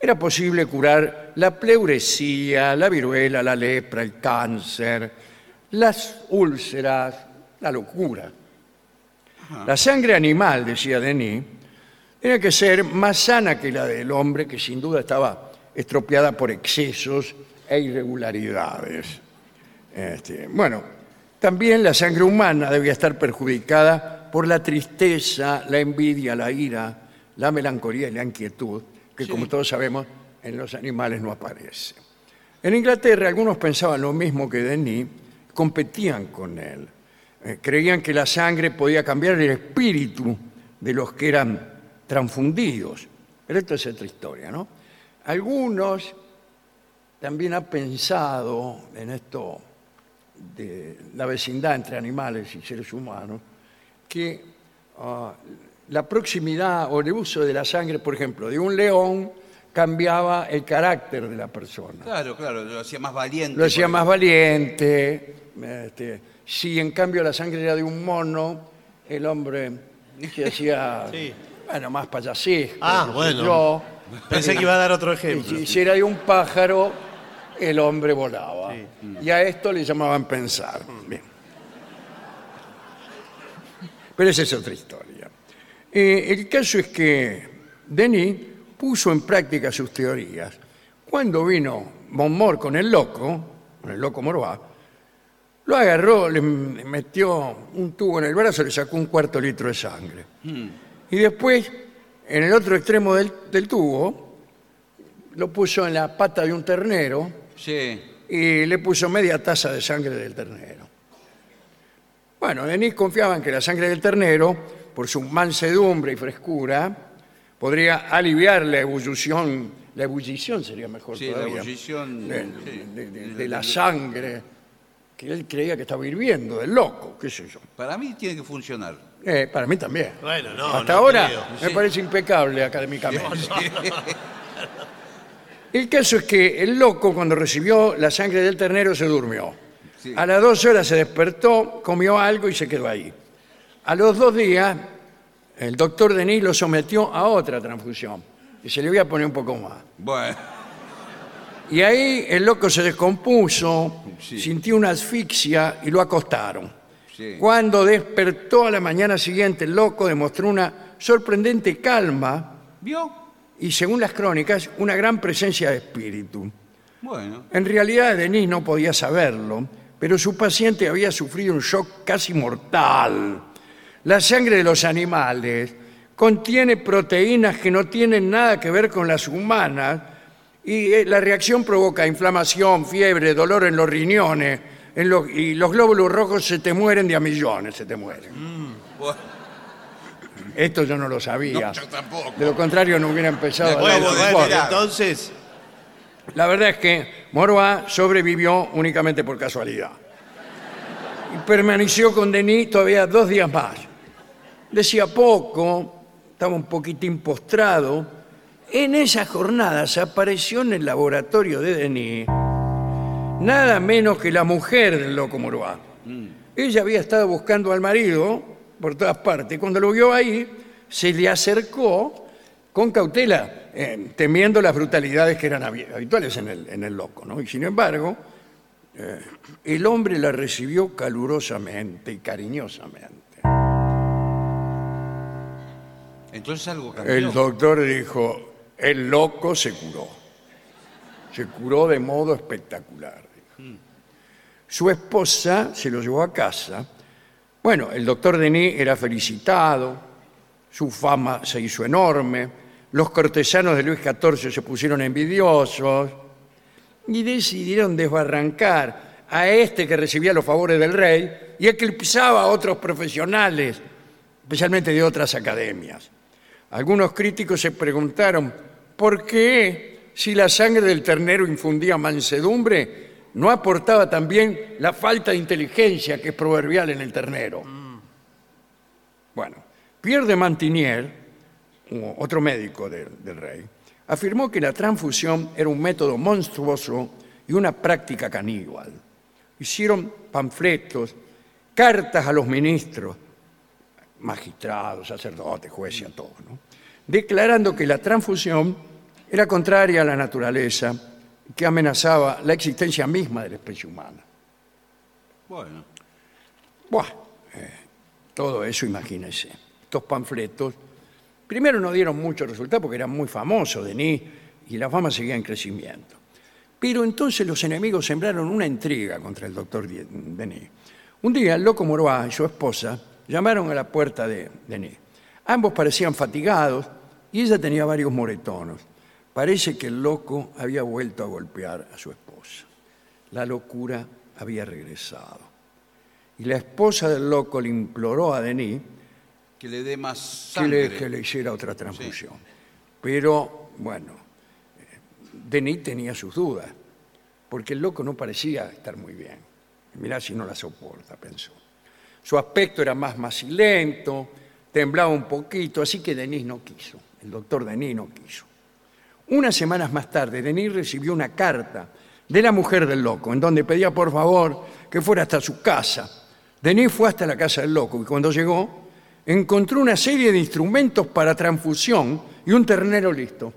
S1: era posible curar la pleuresía, la viruela, la lepra, el cáncer, las úlceras, la locura. La sangre animal, decía Denis, tenía que ser más sana que la del hombre, que sin duda estaba estropeada por excesos e irregularidades. Este, bueno, también la sangre humana debía estar perjudicada por la tristeza, la envidia, la ira, la melancolía y la inquietud, que como todos sabemos, en los animales no aparece. En Inglaterra algunos pensaban lo mismo que Denis, competían con él. Eh, creían que la sangre podía cambiar el espíritu de los que eran transfundidos. Pero esto es otra historia, ¿no? Algunos también han pensado en esto de la vecindad entre animales y seres humanos, que ah, la proximidad o el uso de la sangre, por ejemplo, de un león cambiaba el carácter de la persona
S3: Claro, claro, lo hacía más valiente.
S1: lo hacía
S3: porque-
S1: más valiente. este, si en cambio la sangre era de un mono, el hombre se hacía
S2: Sí.
S1: bueno, más payasesco.
S2: Ah,
S1: qué sé
S2: bueno.
S1: yo.
S2: Pensé que iba a dar otro
S1: Y
S2: ejemplo.
S1: si, si era de un pájaro, el hombre volaba. Y a esto le llamaban pensar. Bien. Pero esa es otra historia. Eh, el caso es que Denis puso en práctica sus teorías. Cuando vino Montmore con el loco, con el loco Morvá, lo agarró, le m- metió un tubo en el brazo, le sacó un cuarto litro de sangre. Y después, en el otro extremo del, del tubo, lo puso en la pata de un ternero
S3: Sí.
S1: y le puso media taza de sangre del ternero. Bueno, Denis confiaba en que la sangre del ternero, por su mansedumbre y frescura, podría aliviar la ebullición, la ebullición sería mejor
S3: Sí, la
S1: todavía,
S3: ebullición,
S1: de,
S3: sí.
S1: de- de- de la sangre que él creía que estaba hirviendo, del loco, qué sé yo.
S3: Para mí tiene que funcionar.
S1: Eh, para mí también.
S2: Bueno, no,
S1: Hasta
S2: no
S1: ahora
S2: creo.
S1: me
S3: Sí.
S1: parece impecable académicamente. El caso es que el loco, cuando recibió la sangre del ternero, se durmió.
S3: Sí.
S1: A las dos horas se despertó, comió algo y se quedó ahí. A los dos días, el doctor Denis lo sometió a otra transfusión. Y se le voy a poner un poco más.
S3: Bueno,
S1: Y ahí el loco se descompuso,
S3: Sí.
S1: sintió una asfixia y lo acostaron.
S3: Sí.
S1: Cuando despertó a la mañana siguiente, el loco demostró una sorprendente calma
S3: ¿vio?
S1: y según las crónicas, una gran presencia de espíritu.
S3: Bueno,
S1: En realidad, Denis no podía saberlo, pero su paciente había sufrido un shock casi mortal. La sangre de los animales contiene proteínas que no tienen nada que ver con las humanas y eh, la reacción provoca inflamación, fiebre, dolor en los riñones en los- y los glóbulos rojos se te mueren de a millones, se te mueren.
S3: bueno,
S1: Esto yo no lo sabía.
S3: No, yo tampoco.
S1: De lo contrario no hubiera empezado a hablar
S3: Bueno,
S1: del
S3: bueno,
S1: deporte.
S3: mirá.
S2: entonces,
S1: La verdad es que Moroa sobrevivió únicamente por casualidad. Y permaneció con Denis todavía dos días más. Decía poco, estaba un poquitín postrado. En esas jornadas apareció en el laboratorio de Denis nada menos que la mujer del loco Moroa. Ella había estado buscando al marido por todas partes. Cuando lo vio ahí, se le acercó con cautela, eh, temiendo las brutalidades que eran habi- habituales en el, en el loco. ¿no? Y sin embargo, eh, el hombre la recibió calurosamente y cariñosamente.
S3: entonces algo cambió.
S1: El doctor dijo, el loco se curó. Se curó de modo espectacular. dijo. Su esposa se lo llevó a casa. Bueno, el doctor Denis era felicitado, su fama se hizo enorme, los cortesanos de Luis XIV se pusieron envidiosos y decidieron desbarrancar a este que recibía los favores del rey y eclipsaba a otros profesionales, especialmente de otras academias. Algunos críticos se preguntaron por qué, si la sangre del ternero infundía mansedumbre, no aportaba también la falta de inteligencia que es proverbial en el ternero. Bueno, Pierre de Mantinier, u- otro médico de- del rey, afirmó que la transfusión era un método monstruoso y una práctica caníbal. Hicieron panfletos, cartas a los ministros, magistrados, sacerdotes, jueces, a todos, ¿no? declarando que la transfusión era contraria a la naturaleza, que amenazaba la existencia misma de la especie humana.
S3: Bueno,
S1: Buah, eh, todo eso, imagínense. Estos panfletos, primero no dieron mucho resultado porque eran muy famosos, Denis, y la fama seguía en crecimiento. Pero entonces los enemigos sembraron una intriga contra el doctor Die- Denis. Un día, el loco Moroá y su esposa llamaron a la puerta de Denis. Ambos parecían fatigados y ella tenía varios moretonos. Parece que el loco había vuelto a golpear a su esposa. La locura había regresado y la esposa del loco le imploró a Denis
S3: que le dé más
S1: que
S3: sangre.
S1: le, que le hiciera otra transfusión. Pero, bueno, eh, Denis tenía sus dudas, porque el loco no parecía estar muy bien. Mirá si no la soporta, pensó. Su aspecto era más macilento, temblaba un poquito, así que Denis no quiso, el doctor Denis no quiso. Unas semanas más tarde, Denis recibió una carta de la mujer del loco, en donde pedía por favor que fuera hasta su casa. Denis fue hasta la casa del loco y cuando llegó encontró una serie de instrumentos para transfusión y un ternero listo.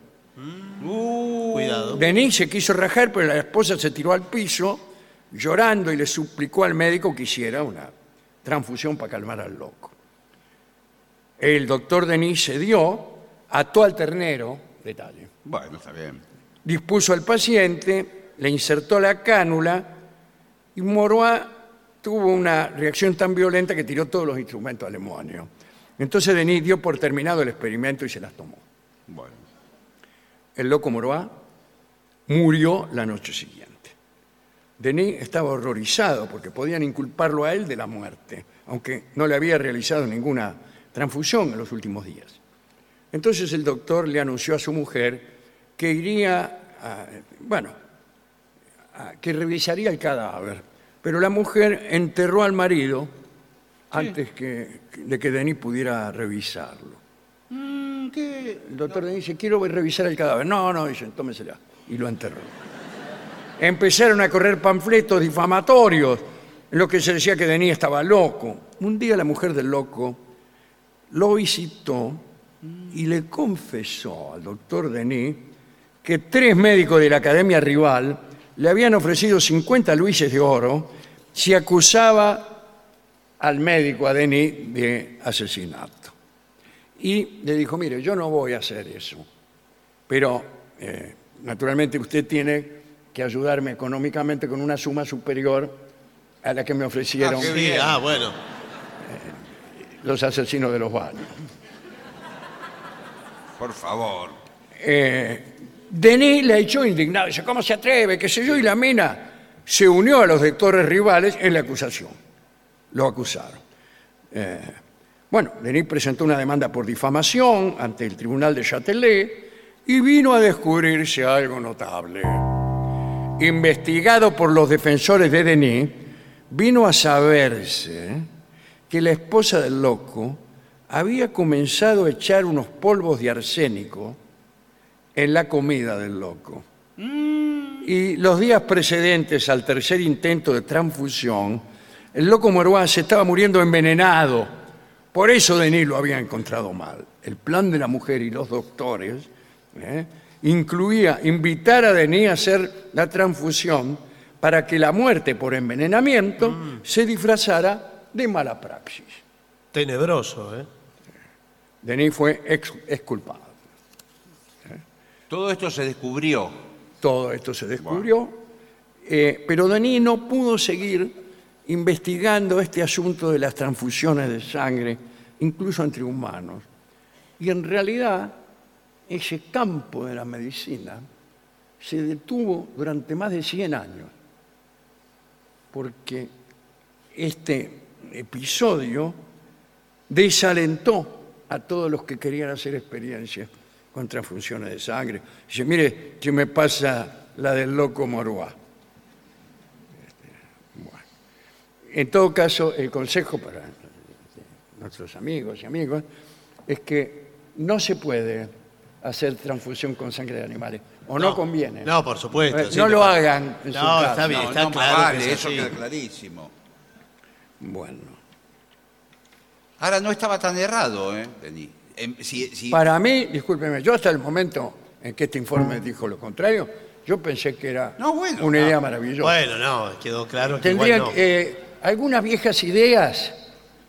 S2: cuidado.
S1: Denis se quiso rajar, pero la esposa se tiró al piso llorando y le suplicó al médico que hiciera una transfusión para calmar al loco. El doctor Denis cedió, ató al ternero, detalle,
S3: Bueno, está bien.
S1: dispuso al paciente, le insertó la cánula y Moroa tuvo una reacción tan violenta que tiró todos los instrumentos al demonio. Entonces Denis dio por terminado el experimento y se las tomó.
S3: Bueno,
S1: El loco Moroa murió la noche siguiente. Denis estaba horrorizado porque podían inculparlo a él de la muerte, aunque no le había realizado ninguna transfusión en los últimos días. Entonces el doctor le anunció a su mujer que iría, a- bueno, a- que revisaría el cadáver, pero la mujer enterró al marido antes que- de que Denis pudiera revisarlo. El doctor le dice, quiero revisar el cadáver. No, no, dicen, tómesela. Y lo enterró. Empezaron a correr panfletos difamatorios, en los que se decía que Denis estaba loco. Un día la mujer del loco lo visitó y le confesó al doctor Denis que tres médicos de la academia rival le habían ofrecido 50 luises de oro si acusaba al médico, a Denis, de asesinato. Y le dijo, mire, yo no voy a hacer eso. pero eh, naturalmente usted tiene que ayudarme económicamente con una suma superior a la que me ofrecieron
S3: qué
S2: Sí,
S3: bien.
S2: ah, bueno.
S1: los asesinos de los baños.
S3: Por favor.
S1: Eh, Denis la echó indignado. Dice, ¿cómo se atreve? ¿Qué sé yo? Y la mina se unió a los doctores rivales en la acusación. Lo acusaron. Eh, bueno, Denis presentó una demanda por difamación ante el tribunal de Châtelet y vino a descubrirse algo notable. Investigado por los defensores de Denis, vino a saberse que la esposa del loco había comenzado a echar unos polvos de arsénico en la comida del loco. Y los días precedentes al tercer intento de transfusión, el loco Moruán se estaba muriendo envenenado. Por eso Denis lo había encontrado mal. El plan de la mujer y los doctores ¿eh? incluía invitar a Denis a hacer la transfusión para que la muerte por envenenamiento se disfrazara de mala praxis.
S2: Tenebroso, ¿eh?
S1: Denis fue ex- exculpado.
S3: Todo esto se descubrió.
S1: Todo esto se descubrió, eh, pero Denis no pudo seguir investigando este asunto de las transfusiones de sangre, incluso entre humanos. Y en realidad, ese campo de la medicina se detuvo durante más de 100 años, porque este episodio desalentó a todos los que querían hacer experiencias con transfusiones de sangre. Dice, mire, que me pasa la del loco Moroá. Este, bueno. En todo caso, el consejo para nuestros amigos y amigas es que no se puede hacer transfusión con sangre de animales, o no, conviene.
S2: No, por supuesto.
S1: Eh,
S2: sí,
S1: no lo
S2: papá.
S1: hagan. en su
S2: No,
S1: casa.
S2: está bien,
S3: no,
S2: está
S3: no, más
S2: claro. que
S3: vale,
S2: es
S3: eso
S2: así.
S3: queda clarísimo.
S1: Bueno.
S3: Ahora no estaba tan errado, ¿eh, Denis? Em, si- si-
S1: Para mí, discúlpeme, yo hasta el momento en que este informe dijo lo contrario, yo pensé que era
S3: No, bueno,
S1: una idea
S3: ah,
S1: maravillosa.
S2: Bueno, no, quedó claro que igual
S1: tendrían
S2: no.
S1: eh, algunas viejas ideas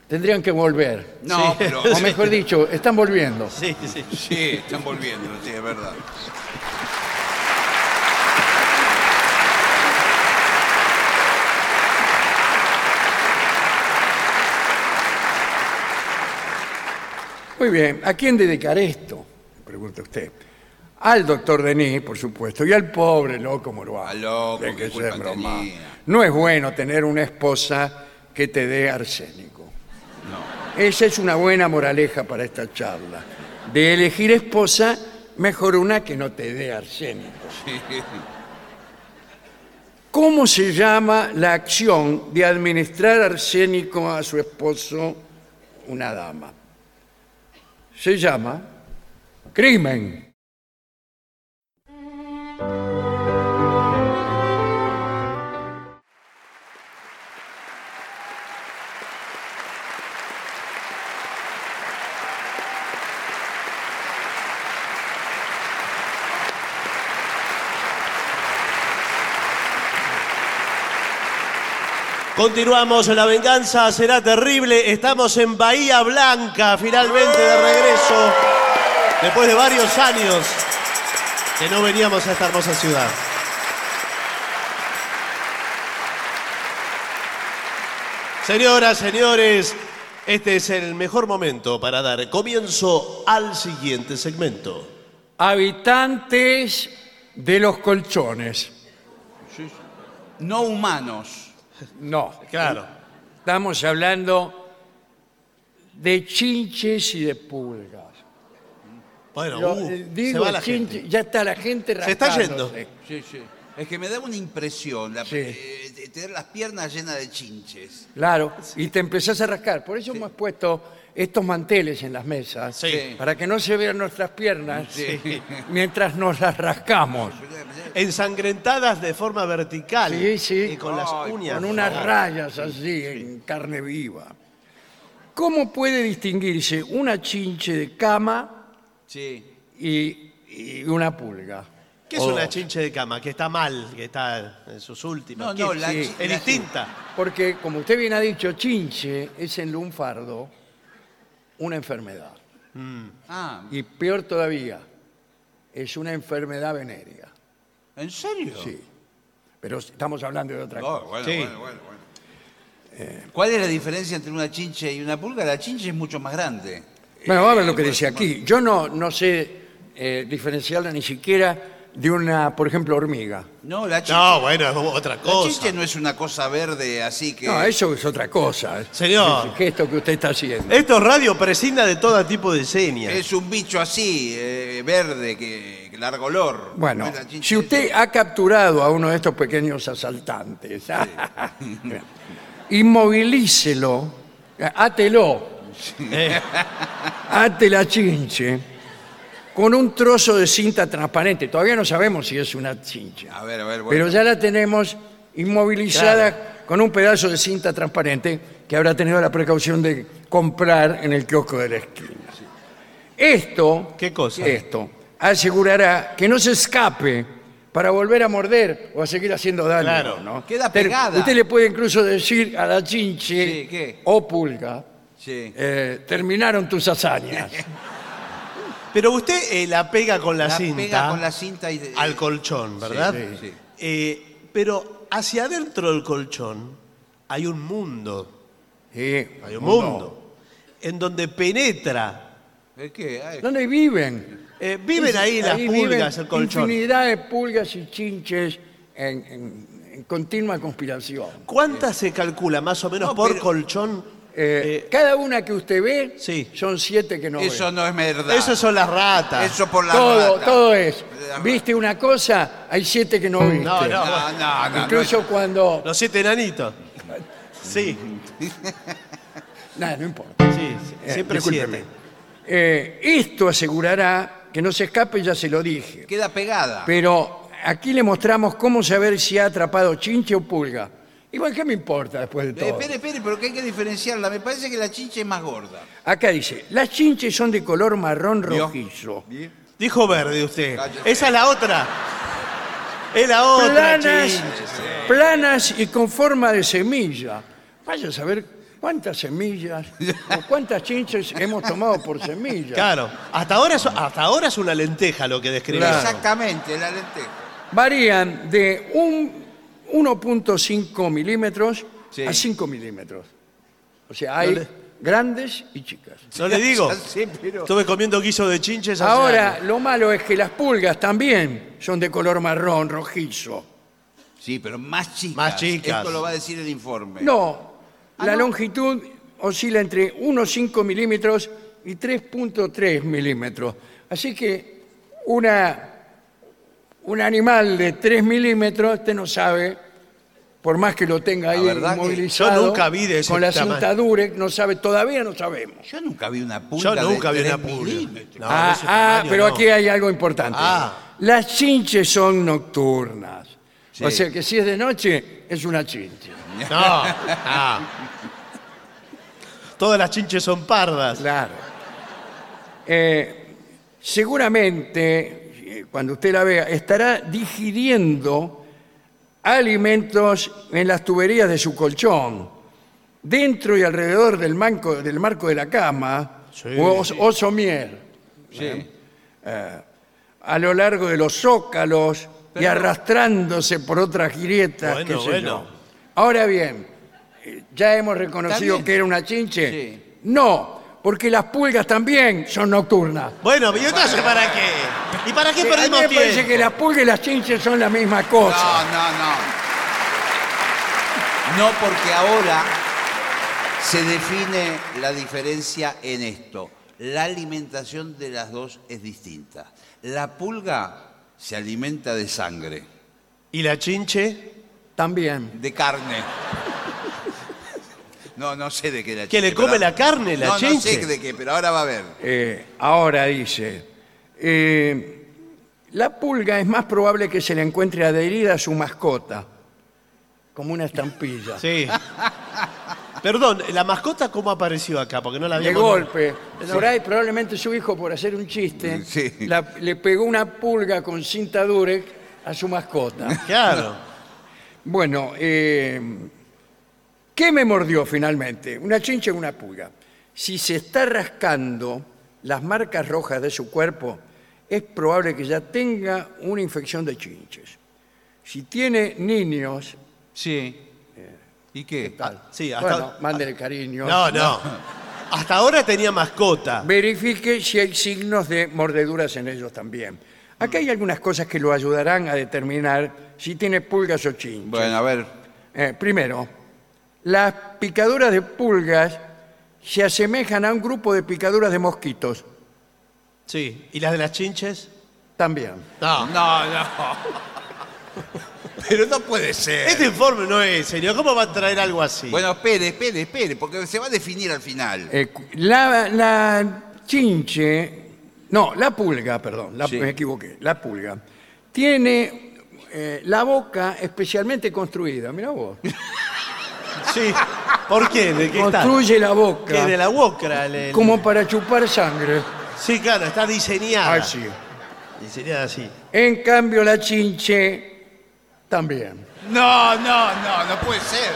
S1: tendrían que volver.
S3: No, pero.
S1: O mejor dicho, están volviendo.
S2: Sí, sí.
S3: Sí, están volviendo, sí, es verdad.
S1: Muy bien, ¿a quién dedicar esto? Pregunta usted. Al doctor Denis, por supuesto, y al pobre loco Moroá.
S3: Al loco,
S1: Hay que
S3: qué culpa
S1: ser broma.
S3: tenía.
S1: No es bueno tener una esposa que te dé arsénico.
S3: No.
S1: Esa es una buena moraleja para esta charla. De elegir esposa, mejor una que no te dé arsénico. ¿Cómo se llama la acción de administrar arsénico a su esposo, una dama? Se llama crimen.
S2: Continuamos, la venganza será terrible. Estamos en Bahía Blanca, finalmente de regreso, después de varios años que no veníamos a esta hermosa ciudad. Señoras, señores, este es el mejor momento para dar comienzo al siguiente segmento.
S1: habitantes de los colchones.
S3: No humanos.
S1: No,
S2: Claro.
S1: estamos hablando de chinches y de pulgas.
S2: Bueno,
S1: Lo-
S2: uh,
S1: eh,
S2: se
S1: digo
S2: va la
S1: chinche-
S2: gente.
S1: ya está la gente
S2: Se está
S1: raspándose.
S2: yendo.
S3: Sí, sí. Es que me da una impresión la-
S1: Sí.
S3: eh, de tener las piernas llenas de chinches.
S1: Claro, y te empezás a rascar. Por eso hemos puesto estos manteles en las mesas,
S2: Sí.
S1: para que no se vean nuestras piernas
S3: Sí.
S1: mientras nos las rascamos,
S2: Ensangrentadas de forma vertical
S1: Sí, sí.
S2: y con las
S3: Ay,
S2: uñas.
S1: con
S2: por
S1: unas
S2: favor.
S1: rayas así, en carne viva. ¿Cómo puede distinguirse una chinche de cama
S3: Sí.
S1: y, y una pulga. Oh.
S2: ¿Qué es
S1: O
S2: una
S3: Oh.
S1: dos.
S2: chinche de cama? Que está mal, que está en sus últimas.
S3: No, no,
S2: ¿Qué?
S3: la
S2: Sí,
S3: chi-
S2: Es
S3: la-
S2: distinta.
S1: Porque, como usted bien ha dicho, chinche es en lunfardo una enfermedad.
S3: Ah,
S1: Y peor todavía, es una enfermedad venérea.
S3: ¿En serio?
S1: Sí. Pero estamos hablando de otra
S3: Oh,
S1: cosa.
S3: bueno,
S4: Sí.
S3: bueno, bueno, bueno. ¿Cuál es la diferencia entre una chinche y una pulga? La chinche es mucho más grande.
S1: eh,
S3: Eh,
S1: Bueno, vamos a ver lo que dice aquí. Yo no, no sé eh, diferenciarla ni siquiera de una, por ejemplo, hormiga.
S3: No, la chinche,
S2: No, bueno, es otra
S3: la
S2: cosa.
S3: chinche no es una cosa verde así que...
S1: No, eso es otra cosa.
S2: Señor.
S1: El gesto que usted está haciendo.
S2: Esto es radio prescinda de todo tipo de señas.
S3: Es un bicho así, eh, verde, que, que largo olor. No
S1: Bueno,
S3: es la chinche
S1: si usted ha capturado a uno de estos pequeños asaltantes, inmovilícelo, átelo,
S2: Eh,
S1: ate la chinche con un trozo de cinta transparente. Todavía no sabemos si es una chinche,
S3: A ver, a ver, bueno.
S1: pero ya la tenemos inmovilizada con un pedazo de cinta transparente que habrá tenido la precaución de comprar en el kiosco de la esquina. Esto,
S2: ¿Qué cosa?
S1: Esto asegurará que no se escape para volver a morder o a seguir haciendo daño.
S2: Claro.
S1: ¿no?
S3: Queda
S1: Usted-
S3: pegada.
S1: Usted le puede incluso decir a la chinche
S3: Sí, ¿qué?
S1: o pulga,
S3: Sí.
S1: eh, terminaron tus hazañas.
S2: pero usted eh, la pega con la,
S3: La
S2: cinta.
S3: pega con la cinta y...
S2: al colchón, ¿verdad?
S3: sí, sí.
S2: Eh, pero hacia adentro del colchón hay un mundo,
S1: Sí,
S2: hay un mundo, en donde penetra.
S3: ¿Es qué? Ay,
S1: ¿Dónde viven?
S2: Eh, viven ahí las
S1: viven
S2: pulgas, el colchón.
S1: Infinidad de pulgas y chinches en, en- en continua conspiración.
S2: ¿Cuántas se calcula más o menos
S3: No,
S2: por
S3: pero-
S2: colchón?
S1: Eh,
S2: Eh,
S1: cada una que usted ve
S2: Sí.
S1: son siete que no ve.
S3: eso no es verdad.
S2: esas son las ratas.
S3: Eso por la
S1: todo,
S3: rata.
S1: todo es.
S3: La-
S1: ¿Viste una cosa? Hay siete que no viste.
S2: No, no.
S3: No, no, no.
S1: Incluso cuando...
S2: Los siete enanitos. Sí,
S1: Nada, no importa.
S2: sí, sí,
S1: Eh,
S2: siempre
S1: discúlpeme.
S2: siete.
S1: Eh, esto asegurará que no se escape, ya se lo dije.
S3: no. Queda pegada.
S1: Pero aquí le mostramos cómo saber si ha atrapado chinche o pulga. Igual, ¿qué me importa después de
S3: Eh,
S1: todo?
S3: espere, espere, pero que hay que diferenciarla. Me parece que la chinche es más gorda.
S1: Acá dice, las chinches son de color marrón rojizo.
S2: Dijo verde usted.
S3: Cállese.
S2: Esa es la otra. Es la otra.
S1: Planas,
S2: chin.
S1: planas y con forma de semilla. Vaya a saber cuántas semillas o cuántas chinches hemos tomado por semilla.
S2: Claro. Hasta ahora, es, hasta ahora es una lenteja lo que describe.
S1: Claro.
S3: Exactamente, la lenteja.
S1: Varían de un 1.5 milímetros
S3: Sí.
S1: a 5 milímetros. O sea, hay
S2: No le-
S1: grandes y chicas.
S2: No le digo.
S3: Sí, pero-
S2: Estuve comiendo guiso de chinches. hace
S1: Ahora,
S2: años.
S1: lo malo es que las pulgas también son de color marrón, rojizo.
S3: Sí, pero más chicas.
S2: Más chicas.
S3: Esto lo va a decir el informe.
S1: No,
S3: Ah,
S1: la
S3: no.
S1: longitud oscila entre 1,5 milímetros y 3,3 milímetros. Así que una, un animal de 3 milímetros, usted no sabe, por más que lo tenga ahí
S3: verdad que
S1: inmovilizado,
S2: yo nunca vi de ese
S1: con la
S2: tamaño.
S1: cinta Durex, no sabe, todavía no sabemos.
S3: Yo nunca vi una
S2: Yo
S3: pulga
S2: nunca
S3: de
S2: vi una
S3: tres
S2: pulga.
S3: milímetros.
S2: No, de
S1: ah,
S2: ese
S1: ah,
S2: tamaño
S1: pero
S2: no.
S1: aquí hay algo importante.
S2: Ah.
S1: Las chinches son nocturnas. O
S3: Sí.
S1: sea que si es de noche, es una chinche.
S2: No. Ah. Todas las chinches son pardas.
S1: Claro. Eh, seguramente, eh, cuando usted la vea, estará digiriendo alimentos en las tuberías de su colchón, dentro y alrededor del, manco, del marco de la cama,
S2: Sí.
S1: o, o somier,
S3: Sí.
S1: a lo largo de los zócalos y
S3: Pero-
S1: arrastrándose por otras grietas,
S2: Bueno,
S1: qué sé
S2: bueno.
S1: yo. Ahora bien, eh, ya hemos reconocido
S3: También.
S1: que era una chinche.
S3: Sí.
S1: No, porque las pulgas también son nocturnas.
S2: Bueno, ¿y entonces para qué? ¿Y para
S1: Sí,
S2: qué
S1: a mí
S2: perdemos
S1: me parece
S2: tiempo?
S1: que las pulgas y las chinches son la misma cosa.
S3: No, no, no. No, porque ahora se define la diferencia en esto. La alimentación de las dos es distinta. La pulga se alimenta de sangre,
S2: ¿Y la chinche?
S1: También.
S3: de carne. No, no sé de qué la
S2: ¿Que le come
S3: pero-
S2: la carne la
S3: no, No
S2: chinche?
S3: sé de qué, pero ahora va a ver.
S1: Eh, ahora dice, eh, la pulga es más probable que se le encuentre adherida a su mascota, como una estampilla.
S2: Sí. Perdón, ¿la mascota cómo apareció acá? Porque no la
S1: De
S2: había.
S1: golpe. Por ahí probablemente su hijo, por hacer un chiste,
S3: Sí.
S1: la- le pegó una pulga con cinta durex a su mascota.
S2: Claro.
S1: Bueno, eh, ¿qué me mordió finalmente? Una chincha o una pulga. Si se está rascando las marcas rojas de su cuerpo es probable que ya tenga una infección de chinches. Si tiene niños,
S5: Sí. ¿Y qué?
S1: tal.
S2: Ah, sí, hasta-
S1: bueno, mándele cariño.
S2: No, no. Hasta ahora tenía mascota.
S1: Verifique si hay signos de mordeduras en ellos también. Acá hay algunas cosas que lo ayudarán a determinar si tiene pulgas o chinches.
S3: Bueno, a ver.
S1: Eh, primero, las picaduras de pulgas se asemejan a un grupo de picaduras de mosquitos
S2: Sí. ¿Y las de las chinches?
S1: también.
S2: No.
S5: No, no.
S2: Pero no puede ser. Este informe no es serio. ¿Cómo va a traer algo así?
S3: Bueno, espere, espere, espere, porque se va a definir al final.
S1: Eh, cu- la, la chinche, no, la pulga, perdón, la-
S3: Sí.
S1: me equivoqué, la pulga, tiene eh, la boca especialmente construida, mira vos,
S2: sí. ¿Por qué? ¿De qué está?
S1: construye la boca
S2: Que de la Wokra. le-
S1: como para chupar sangre.
S2: Sí, claro, está diseñada.
S1: Así.
S2: Diseñada así.
S1: En cambio, la chinche también.
S5: No, no, no, no puede ser.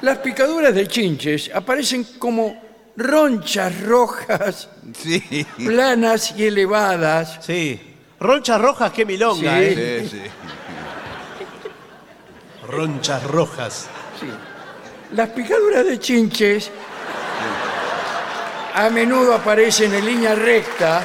S1: Las picaduras de chinches aparecen como ronchas rojas,
S3: Sí,
S1: planas y elevadas.
S2: Sí. Ronchas rojas, qué milonga,
S1: Sí.
S2: ¿eh?
S3: sí, sí.
S2: Ronchas rojas.
S1: Sí. Las picaduras de chinches a menudo aparecen en línea recta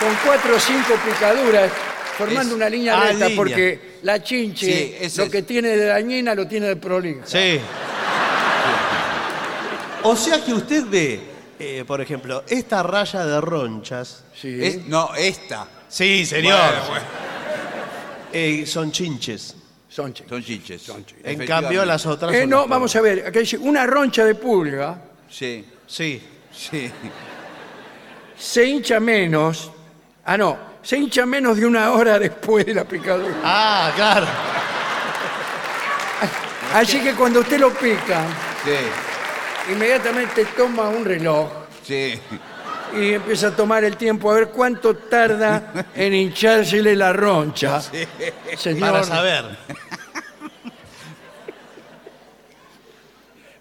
S1: con cuatro o cinco picaduras formando
S3: Es-
S1: una línea
S2: ah,
S1: recta
S2: línea.
S1: porque la chinche
S3: Sí, es-
S1: lo
S3: es-
S1: que tiene de dañina lo tiene de prolija.
S2: Sí. O sea que usted ve, eh, por ejemplo, esta raya de ronchas.
S1: Sí.
S3: Es- no, esta.
S2: Sí, señor.
S3: Bueno, bueno.
S2: Eh, son chinches.
S1: Son chinches.
S3: Son chinches.
S1: Son chinches.
S2: En cambio, las otras.
S1: Eh,
S2: son
S1: no,
S2: las
S1: vamos a ver, acá dice una roncha de pulga
S3: Sí,
S2: Sí.
S3: sí.
S1: se hincha menos. Ah, no, se hincha menos de una hora después de la picadura.
S2: Ah, claro.
S1: Así que cuando usted lo pica,
S3: Sí,
S1: inmediatamente toma un reloj
S3: sí.
S1: y empieza a tomar el tiempo a ver cuánto tarda en hinchársele la roncha. Señor.
S2: Para saber.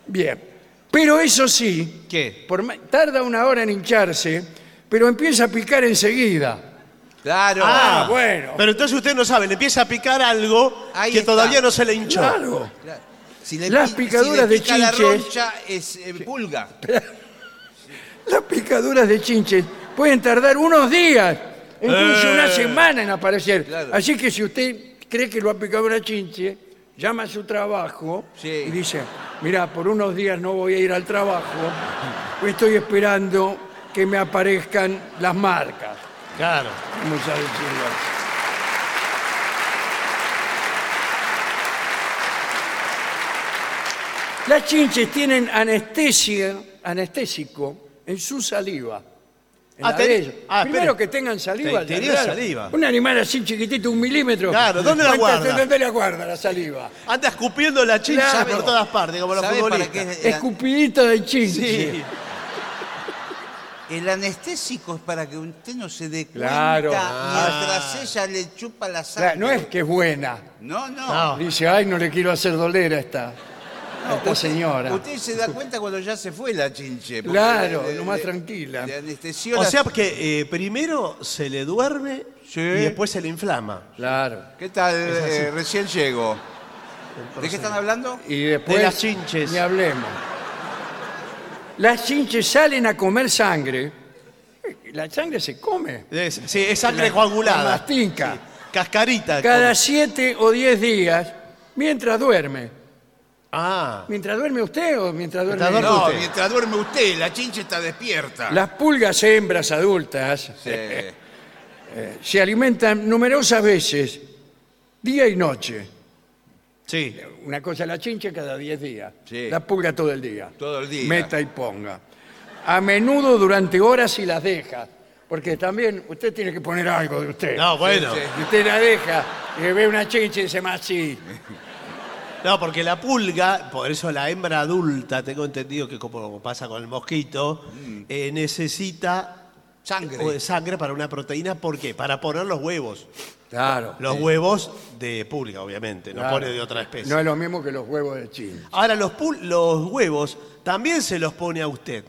S1: Bien. Pero eso sí,
S2: ¿Qué?
S1: por ma- tarda una hora en hincharse, pero empieza a picar enseguida.
S3: Claro.
S1: Ah, bueno.
S2: Pero entonces usted no sabe, le empieza a picar algo
S3: Ahí
S2: que
S3: está.
S2: todavía no se le hinchó.
S1: Claro.
S3: Claro. Si le
S1: Las
S3: pi- si le
S1: picaduras de
S3: pica la
S1: chinches-
S3: roncha es eh, pulga.
S1: Las picaduras de chinches pueden tardar unos días, incluso
S2: Eh.
S1: una semana en aparecer.
S3: Claro.
S1: Así que si usted cree que lo ha picado una chinche, llama a su trabajo
S3: Sí.
S1: y dice, mira, por unos días no voy a ir al trabajo, pues estoy esperando que me aparezcan las marcas.
S2: Claro.
S1: Vamos a decirlo así. Las chinches tienen anestesia, anestésico en su saliva. en
S2: Ah,
S1: la
S2: ten-
S1: de ellos.
S2: ah, espere.
S1: Primero que tengan saliva.
S2: Te- tenía
S1: claro.
S2: saliva.
S1: Un animal así chiquitito, un milímetro.
S2: Claro, ¿dónde la
S1: ¿Cuántas-
S2: guarda?
S1: ¿Dónde la guarda la saliva?
S2: Anda escupiendo la chincha
S1: Claro.
S2: por todas partes, como los
S3: ¿Sabe para
S2: futbolistas.
S3: qué es el,
S1: Escupidita de chinche.
S2: Eh, Sí.
S3: el anestésico es para que usted no se dé cuenta
S1: Claro. Ah.
S3: mientras ella le chupa la sangre.
S1: Claro, no es que es buena.
S3: No, no.
S2: No.
S1: Dice, ay, no le quiero hacer doler a esta, a esta señora.
S3: Usted se da cuenta cuando ya se fue la chinche. porque
S1: Claro,
S3: le- le-
S1: nomás
S3: le-
S1: tranquila.
S3: Le anestesió
S2: O
S3: la-
S2: sea que eh, primero se le duerme y después se le inflama.
S1: Claro.
S3: ¿Qué tal? Eh, recién llego. ¿De qué están hablando?
S1: Y después.
S2: De las chinches.
S1: Ni hablemos. Las chinches salen a comer sangre. La sangre se come.
S2: Es- sí, es sangre
S1: La
S2: coagulada.
S1: mastica.
S2: Cascarita.
S1: Cada
S2: como-
S1: siete o diez días, mientras duerme.
S2: Ah,
S1: ¿Mientras duerme usted o mientras duerme
S2: Mientras duerme
S1: No.
S2: usted.
S3: mientras duerme usted, la chinche está despierta.
S1: Las pulgas hembras adultas
S3: Sí.
S1: se alimentan numerosas veces, día y noche.
S2: sí.
S1: Una cosa la chinche cada 10 días.
S3: Sí.
S1: La pulga todo el día.
S3: Todo el día.
S1: Meta y ponga. A menudo durante horas y las deja. Porque también usted tiene que poner algo de usted.
S2: No, bueno.
S3: Sí, sí.
S1: Y usted la deja y ve una chinche y dice más sí.
S2: No, porque la pulga, por eso la hembra adulta, tengo entendido que como pasa con el mosquito, eh, necesita
S3: Sangre.
S1: Oh,
S2: o de sangre para una proteína. ¿Por qué? Para poner los huevos.
S1: Claro.
S2: Los huevos de pulga, obviamente, no
S1: claro.
S2: pone de otra especie.
S1: No es lo mismo que los huevos de chinche.
S2: Ahora, los, pul- los huevos también se los pone a usted.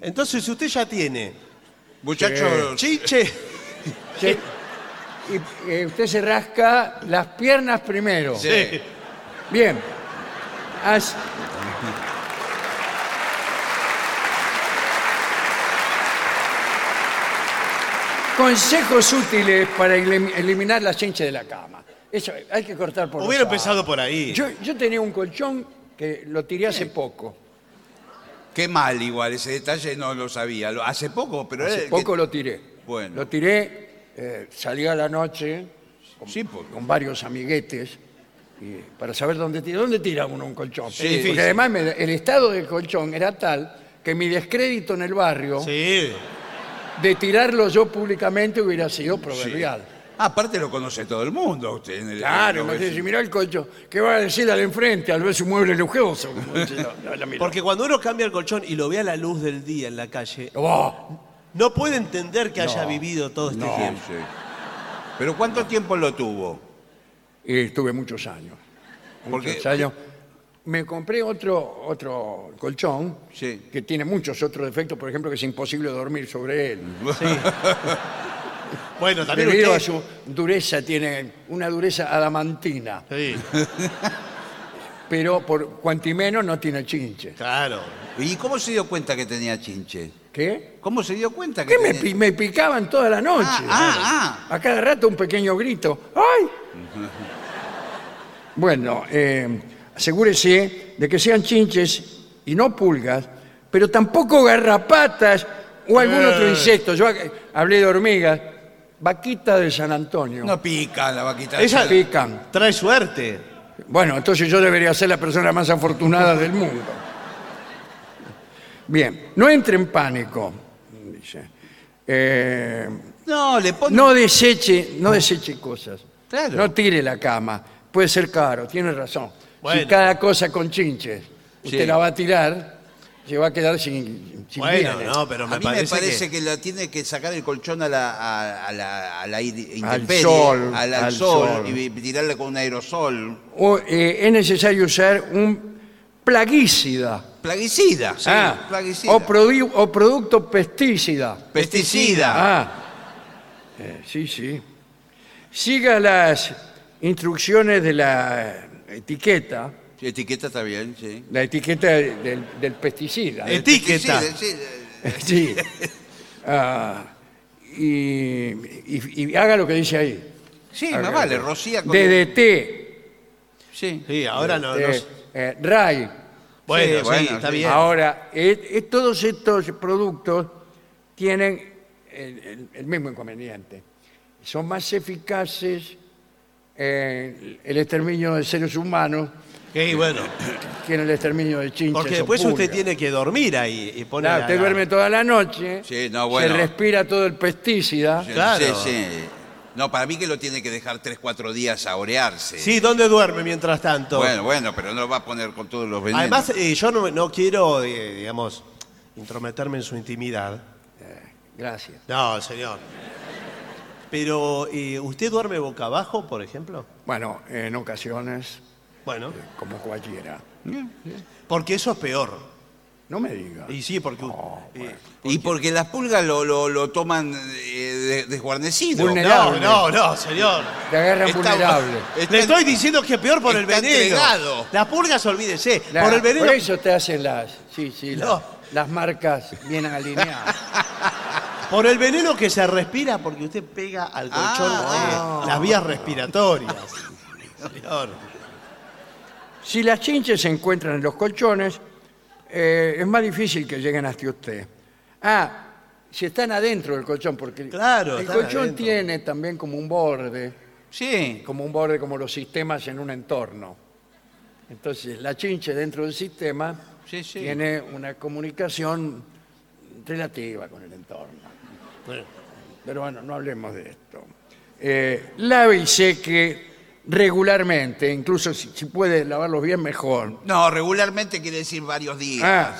S2: Entonces, si usted ya tiene
S5: Muchachos,
S2: chiche,
S1: Sí. Y eh, usted se rasca las piernas primero.
S5: sí.
S1: Bien. As- Consejos útiles para elim- eliminar la chinche de la cama. Eso hay que cortar por
S2: hubiera
S1: los árboles.
S2: empezado por ahí.
S1: Yo, yo tenía un colchón que lo tiré hace poco.
S3: Qué mal igual, ese detalle no lo sabía. Lo- Hace poco,
S2: Eh,
S3: pero era
S1: Hace
S3: el que-
S1: poco lo tiré.
S3: Bueno.
S1: Lo tiré, eh, salí a la noche con,
S3: Sí, porque-
S1: con varios amiguetes y, para saber dónde tira. ¿Dónde tira uno un colchón?
S3: Sí,
S1: porque
S3: difícil.
S1: además me- el estado del colchón era tal que mi descrédito en el barrio
S2: Sí.
S1: de tirarlo yo públicamente hubiera sido proverbial.
S3: Ah, Aparte lo conoce todo el mundo usted. en el-
S1: Claro,
S3: en
S1: me
S3: los
S1: dice,
S3: vecinos.
S1: mirá el colchón, ¿qué va a decir al enfrente? Al ver su mueble lujoso. como dice la- la- la mirada.
S2: Porque cuando uno cambia el colchón y lo ve a la luz del día en la calle,
S1: Oh,
S2: no puede entender que haya vivido todo este
S3: Sí,
S2: tiempo.
S3: sí. Pero ¿cuánto tiempo lo tuvo?
S1: y estuve muchos años.
S3: Porque
S1: muchos años. Me compré otro, otro colchón
S3: Sí.
S1: que tiene muchos otros defectos, por ejemplo, que es imposible dormir sobre él.
S2: Bueno, también
S1: Debido
S2: usted.
S1: a su dureza, tiene una dureza adamantina,
S2: Sí,
S1: pero por cuantimeno no tiene chinches.
S2: claro.
S3: ¿Y cómo se dio cuenta que tenía chinche?
S1: ¿Qué?
S3: ¿Cómo se dio cuenta que
S1: ¿Qué me,
S3: tenía-
S1: pi- me picaban toda la noche?
S3: Ah, ah,
S1: A cada rato un pequeño grito. ¡Ay! Bueno, eh, asegúrese de que sean chinches y no pulgas, pero tampoco garrapatas o algún otro
S3: Eh.
S1: insecto. Yo ha- hablé de hormigas, vaquita de San Antonio.
S3: No pica la vaquita.
S2: Ella
S1: pican.
S2: trae suerte.
S1: Bueno, entonces yo debería ser la persona más afortunada del mundo. Bien, no entre en pánico, dice. Eh,
S3: No, le pone...
S1: no deseche, no deseche cosas.
S3: Claro.
S1: No tire la cama. Puede ser caro, tiene razón. Si
S2: Bueno.
S1: cada cosa con chinches usted
S3: Sí.
S1: la va a tirar, se va a quedar sin, sin
S2: Bueno,
S1: bienes.
S2: no, pero me
S3: a mí
S2: parece,
S3: me parece
S2: que...
S3: que... la tiene que sacar el colchón a la, a, a la, a la aire-
S1: Al
S3: intemperie,
S1: sol,
S3: al, al
S1: al
S3: sol,
S1: sol.
S3: y tirarla con un aerosol.
S1: O, eh, es necesario usar un plaguicida.
S3: Plaguicida.
S1: Ah,
S3: plaguicida.
S1: o, produ- o producto pesticida.
S3: Pesticida.
S1: Ah, Eh, sí, sí. Siga las instrucciones de la etiqueta,
S3: Etiqueta está bien, sí.
S1: la etiqueta del, del pesticida.
S2: Et- Etiqueta.
S3: Pesticida, sí.
S1: Sí. Ah, y, y- y haga lo que dice ahí.
S3: Sí, me vale, rocía con...
S1: DDT,
S3: Sí.
S2: Sí, ahora no. no-
S1: eh, eh, RAI.
S2: Bueno, sí,
S3: bueno,
S2: está
S3: sí.
S2: bien.
S1: Ahora, eh, eh, todos estos productos tienen el, el- el mismo inconveniente. Son más eficaces en el exterminio de seres humanos
S2: Sí, bueno.
S1: que en el exterminio de chinches.
S2: Porque
S1: o
S2: después
S1: pulgas.
S2: usted tiene que dormir ahí y poner.
S1: Claro,
S2: la-
S1: usted duerme toda la noche,
S3: Sí, no, bueno.
S1: se respira todo el pesticida.
S3: Sí,
S2: Claro.
S3: Sí, sí. No, para mí que lo tiene que dejar tres, cuatro días a orearse.
S2: Sí, ¿dónde duerme mientras tanto?
S3: Bueno, bueno, pero no lo va a poner con todos los venenos.
S2: Además, eh, yo no, no quiero, eh, digamos, intrometerme en su intimidad.
S1: Gracias.
S2: No, señor. Pero, eh, ¿usted duerme boca abajo, por ejemplo?
S1: Bueno, en ocasiones,
S2: Bueno,
S1: como cualquiera.
S2: porque eso es peor.
S1: No me diga.
S2: Y sí, porque...
S3: Oh,
S2: eh,
S3: y porque las pulgas lo, lo, lo toman eh, de- desguarnecido.
S2: no,
S1: Vulnerable.
S2: no, no, señor.
S1: Te agarran
S3: Está-
S1: vulnerable.
S3: Está-
S2: Le estoy diciendo que es peor por el
S3: Está
S2: veneno.
S3: entregado.
S2: Las pulgas, olvídese.
S1: La-
S2: por el veneno...
S1: por eso te hacen las, sí, sí, las-
S2: No.
S1: las marcas bien alineadas.
S2: Por el veneno que se respira porque usted pega al colchón
S3: Ah,
S2: eh, las vías respiratorias. Señor.
S1: Si las chinches se encuentran en los colchones, eh, es más difícil que lleguen hasta usted. Ah, si están adentro del colchón, porque
S2: Claro,
S1: el
S2: están
S1: colchón
S2: adentro.
S1: tiene también como un borde,
S3: Sí.
S1: como un borde como los sistemas en un entorno. Entonces, la chinche dentro del sistema
S3: Sí, sí.
S1: tiene una comunicación relativa con el entorno. Pero bueno, no hablemos de esto. Eh, lave y seque regularmente, incluso si, si puede lavarlos bien, mejor.
S3: No, regularmente quiere decir varios días.
S1: Ah,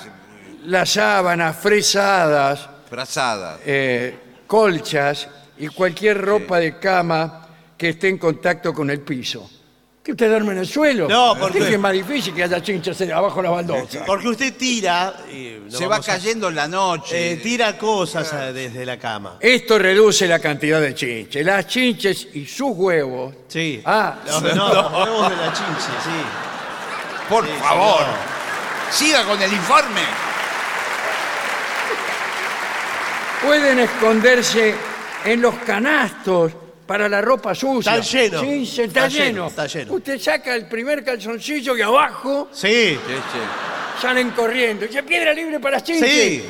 S1: las sábanas, fresadas,
S3: Frazada.
S1: Ah. eh, colchas y cualquier ropa de cama que esté en contacto con el piso. que usted duerme en el suelo.
S2: No,
S1: Sí
S2: porque-
S1: que es más difícil que haya chinchas en- abajo de la baldosa.
S2: Porque usted tira. y no
S3: Se va
S2: vamos a-
S3: cayendo la noche.
S2: eh, tira cosas ah, desde la cama.
S1: Esto reduce la cantidad de chinches. Las chinches y sus huevos.
S2: Sí.
S1: Ah,
S2: No, no, los huevos de la chinche, sí.
S3: Por favor. Siga con el informe.
S1: pueden esconderse en los canastos para la ropa sucia.
S2: Está lleno.
S1: Sí, se- está,
S2: Está lleno,
S1: lleno.
S2: está lleno.
S1: Usted saca el primer calzoncillo y abajo
S2: Sí.
S1: salen corriendo. ¡Ya piedra libre para chinches!
S2: Sí.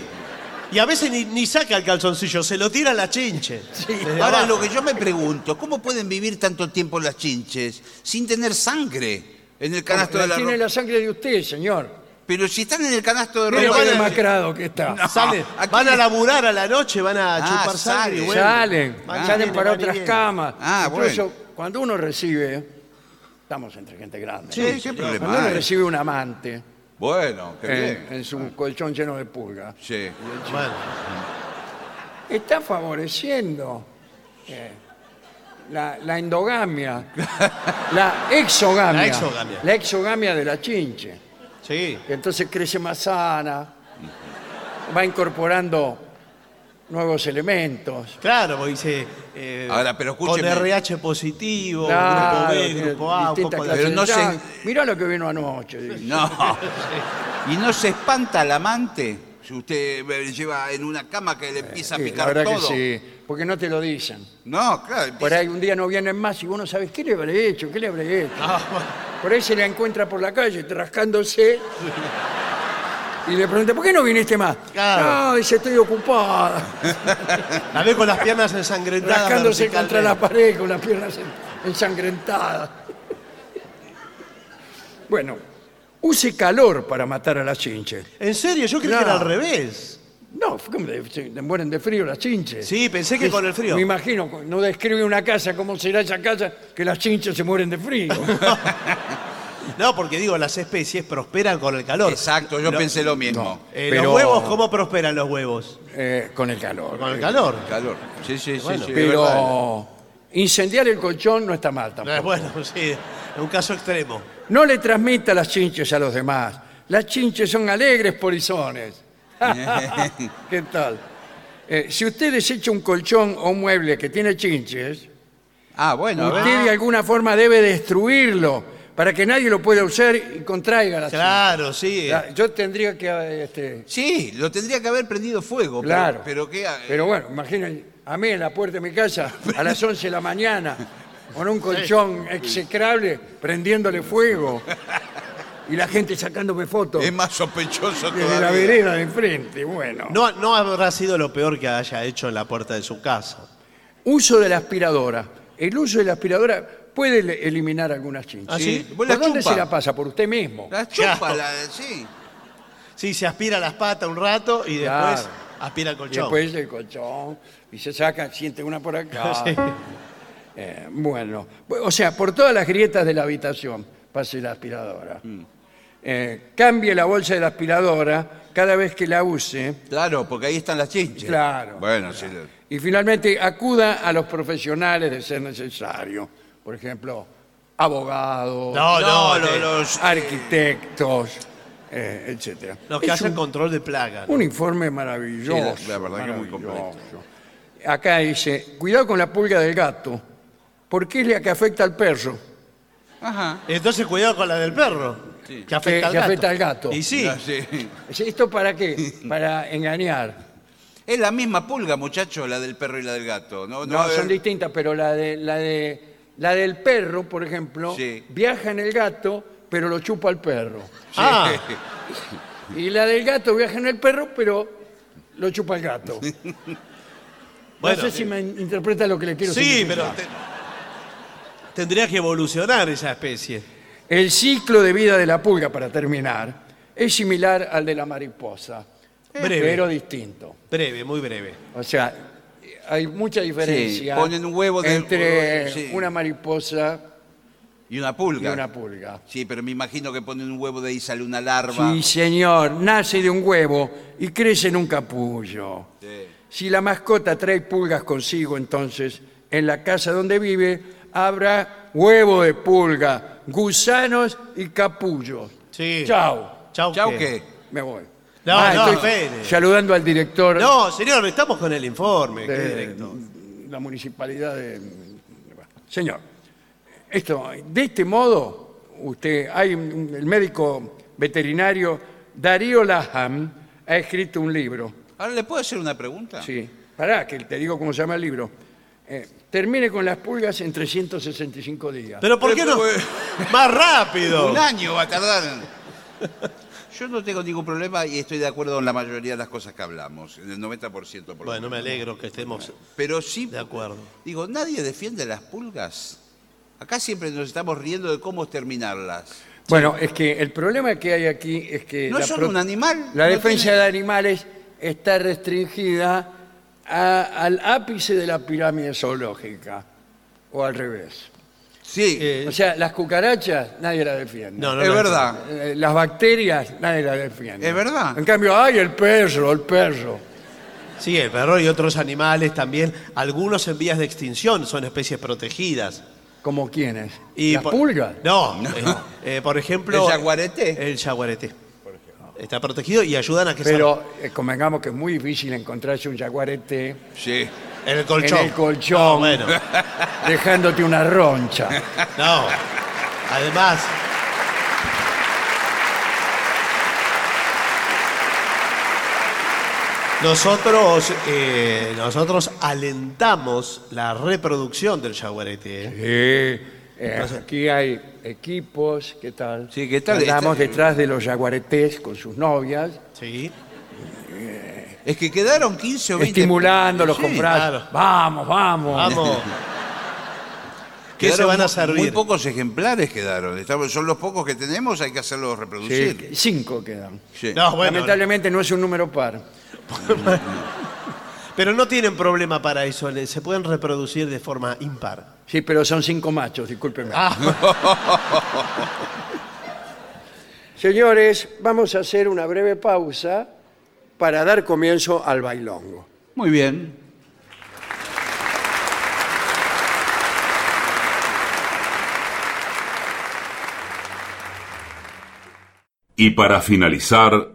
S2: Y a veces ni, ni saca el calzoncillo, se lo tira a la chinche. Desde
S3: Ahora,
S2: abajo.
S3: lo que yo me pregunto, ¿cómo pueden vivir tanto tiempo las chinches sin tener sangre en el canasto de la
S1: tiene
S3: ropa?
S1: la sangre de usted, señor.
S3: Pero si están en el canasto de
S1: Mire
S3: ropa... eh,
S1: qué
S2: van a-
S1: demacrado que está.
S2: Sale-
S3: ¿a
S2: van a
S3: quién?
S2: laburar a la noche, van a
S3: Ah,
S2: chupar sangre y
S3: sale.
S2: vuelven.
S1: Salen,
S2: Van y
S1: salen
S2: vienen,
S1: para
S2: van y
S1: otras
S2: vienen.
S1: camas.
S3: Ah,
S1: Incluso cuando uno recibe, estamos entre gente grande,
S3: Sí,
S1: ¿no?
S3: qué
S1: cuando uno
S3: problema. hay.
S1: recibe un amante
S3: Bueno, qué
S1: eh,
S3: bien.
S1: en su colchón lleno de pulgas,
S3: Sí.
S2: Bueno,
S1: está favoreciendo eh, la, la endogamia, la exogamia,
S2: La exogamia.
S1: la exogamia de la chinche.
S2: sí.
S1: que entonces crece más sana, va incorporando nuevos elementos.
S2: Claro, porque dice. eh,
S3: Ahora, pero
S2: con
S3: escúcheme.
S2: RH positivo,
S1: Claro,
S2: grupo B,
S1: tiene
S2: grupo A, un
S1: distintas
S2: poco de-
S1: clases
S3: Pero no
S1: de-
S3: se-
S1: Ya, Mirá lo que vino anoche. dice.
S3: No. ¿Y no se espanta el amante? Si usted eh, lleva en una cama que le empieza a
S1: Eh, Sí, la
S3: picar
S1: verdad
S3: todo.
S1: que sí, porque no te lo dicen.
S3: No, claro. empieza-
S1: Por ahí un día no vienen más y vos no sabés qué le habré hecho, qué le habré hecho.
S2: Ah,
S1: Por ahí se la encuentra por la calle rascándose y le pregunta, ¿por qué no viniste más?
S2: Claro.
S1: No, dice, estoy ocupada,
S2: La ve con las piernas ensangrentadas.
S1: rascándose
S2: verticalmente.
S1: contra la pared con las piernas en- ensangrentadas. Bueno, use calor para matar a las chinches.
S2: En serio, yo creí
S1: No.
S2: que era al revés.
S1: No, ¿cómo le- se mueren de frío las chinches.
S2: Sí, pensé que
S1: Es-
S2: con el frío.
S1: Me imagino, no describe una casa, cómo será esa casa, que las chinches se mueren de frío.
S2: No, porque digo, las especies prosperan con el calor.
S3: Exacto, yo pensé lo mismo.
S2: Eh,
S1: Pero-
S2: Los huevos, ¿cómo prosperan los huevos?
S1: Eh, con el calor.
S2: Con el calor.
S3: Calor. Sí, sí, sí.
S2: Bueno,
S3: sí, es verdad.
S1: Pero incendiar el colchón no está mal
S2: Eh,
S1: tampoco.
S2: Bueno, sí, es un caso extremo.
S1: No le transmita las chinches a los demás. Las chinches son alegres polizones. ¿Qué tal? Eh, si usted desecha un colchón o un mueble que tiene chinches,
S3: Ah, bueno, a ver.
S1: usted de alguna forma debe destruirlo para que nadie lo pueda usar y contraiga las
S2: Claro, sí.
S1: chinches. Ya, Ah, Yo tendría que... eh, este,
S3: Sí, lo tendría que haber prendido fuego. pero-
S1: Claro.
S3: Pero, qué. eh, ha-
S1: Pero bueno, imaginen, a mí en la puerta de mi casa, a las 11 de la mañana, con un colchón execrable, prendiéndole fuego. Y la gente sacándome fotos
S6: Es más sospechoso
S1: desde la
S6: todavía.
S1: vereda de enfrente. Bueno.
S2: No, no habrá sido lo peor que haya hecho en la puerta de su casa.
S1: Uso de la aspiradora. El uso de la aspiradora puede le- eliminar algunas chinchas.
S2: ¿Ah, sí?
S1: ¿Por
S3: ¿Vos la
S1: dónde
S3: chupa?
S1: se la pasa? Por usted mismo.
S3: La chupa,
S2: Claro.
S3: la- sí.
S2: Sí, se aspira las patas un rato y después
S1: Claro.
S2: aspira el
S1: Y
S2: colchón.
S1: después el colchón. Y se saca, siente una por acá. Eh, bueno, o sea, por todas las grietas de la habitación pase la aspiradora.
S2: Mm.
S1: Eh, cambie la bolsa de la aspiradora cada vez que la use
S3: Claro, porque ahí están las chinches.
S1: Claro.
S3: Bueno, sí.
S1: y finalmente acuda a los profesionales de ser necesario. Por ejemplo, abogados,
S2: No, no,
S3: No,
S2: te-
S3: lo- los-
S1: arquitectos, eh, etcétera.
S2: los que
S1: Es
S2: hacen
S1: un-
S2: control de plaga. ¿no?
S1: un informe maravilloso.
S3: Sí, la- la verdad que muy completo.
S1: maravilloso. Acá dice, cuidado con la pulga del gato, porque es la que afecta al perro.
S3: Ajá.
S2: Entonces cuidado con la del perro, que
S1: Que-
S2: afecta, al,
S1: que
S2: gato.
S1: afecta al gato.
S2: Y sí,
S3: Ah, sí.
S1: Dice, ¿Esto para qué? Para engañar.
S3: Es la misma pulga, muchacho, la del perro y la del gato. No, no,
S1: No,
S3: eh,
S1: son distintas, pero la de la de la del perro, por ejemplo,
S3: Sí.
S1: viaja en el gato, pero lo chupa al perro.
S2: Ah.
S1: Y la del gato viaja en el perro, pero lo chupa el gato.
S2: Bueno,
S1: no sé si me in- interpreta lo que le quiero
S2: sí,
S1: significar.
S2: pero te- tendría que evolucionar esa especie.
S1: El ciclo de vida de la pulga, para terminar, es similar al de la mariposa,
S2: Breve.
S1: pero distinto.
S2: Breve, muy breve.
S1: O sea, hay mucha diferencia
S3: Sí, ponen un huevo de-
S1: entre
S3: sí.
S1: una mariposa
S3: Y una
S1: y
S3: pulga.
S1: una pulga.
S3: Sí, pero me imagino que ponen un huevo de ahí sale una larva.
S1: Sí, señor, nace de un huevo y crece en un capullo. Si la mascota trae pulgas consigo, entonces, en la casa donde vive, habrá huevo de pulga, gusanos y capullos.
S2: Sí.
S1: Chao.
S2: Chau.
S5: Chau,
S2: ¿qué?
S5: ¿qué?
S1: Me voy. Ah,
S2: No, no,
S1: estoy
S2: espere.
S1: Saludando al director
S2: No, señor, estamos con el informe. ¿Qué
S1: de
S2: directo?
S1: la municipalidad de... Señor, esto, de este modo, usted, hay un- el médico veterinario Darío Laham ha escrito un libro.
S3: Ahora, ¿le puedo hacer una pregunta?
S1: Sí, pará, que te digo cómo se llama el libro. Eh, termine con las pulgas en 365 días.
S2: Pero ¿por qué no?
S5: Pero-
S2: Más rápido.
S3: Un año va a tardar. Yo no tengo ningún problema y estoy de acuerdo en la mayoría de las cosas que hablamos, en el 90% por lo
S2: Bueno,
S3: menos.
S2: me alegro que estemos.
S3: Pero sí,
S2: De acuerdo.
S3: digo, nadie defiende las pulgas. Acá siempre nos estamos riendo de cómo exterminarlas.
S1: Bueno, es que el problema que hay aquí es que...
S3: No es solo
S1: pro-
S3: un animal,
S1: La
S3: no
S1: defensa
S3: tiene-
S1: de animales está restringida a- al ápice de la pirámide zoológica, o al revés.
S3: Sí,
S2: Eh,
S1: O sea, las cucarachas nadie las defiende.
S2: No, no,
S3: es
S2: no.
S3: verdad.
S1: Eh, las bacterias nadie las defiende.
S3: Es verdad.
S1: En cambio, ¡ay, el perro, el perro!
S2: Sí, el perro y otros animales también. Algunos en vías de extinción son especies protegidas.
S1: ¿Como quiénes?
S2: Y
S1: ¿Las
S2: por-
S1: pulgas?
S2: No. eh, eh, por ejemplo.
S3: ¿El yaguareté?
S2: El yaguareté. Está protegido y ayudan a que
S1: Pero eh, convengamos que es muy difícil encontrarse un jaguarete
S3: sí.
S2: En el colchón.
S1: en el colchón
S2: No, bueno.
S1: dejándote una roncha.
S2: No. Además. Nosotros, eh, nosotros alentamos la reproducción del jaguarete. ¿eh?
S1: Eh, eh, aquí hay equipos, ¿qué tal?
S3: Sí, ¿qué tal? Este, eh,
S1: Andamos
S3: Está-
S1: detrás de los jaguaretés con sus novias,
S2: Sí.
S3: Es que quedaron 15 o 20.
S1: estimulándolos
S3: Sí,
S1: con brazos.
S2: claro.
S1: Vamos, vamos.
S2: Vamos. ¿Qué
S3: quedaron
S2: se van a
S3: muy- Muy
S2: servir?
S3: pocos ejemplares quedaron. Estamos- son los pocos que tenemos, hay que hacerlos
S1: Sí,
S3: reproducir.
S1: cinco quedan.
S3: Sí.
S2: No, bueno.
S1: Lamentablemente no es un número par.
S2: Pero no tienen problema para eso. le- Se pueden reproducir de forma impar.
S1: Sí, pero son cinco machos, discúlpeme.
S3: Ah.
S1: Señores, vamos a hacer una breve pausa para dar comienzo al bailongo.
S3: Muy bien.
S7: Y para finalizar,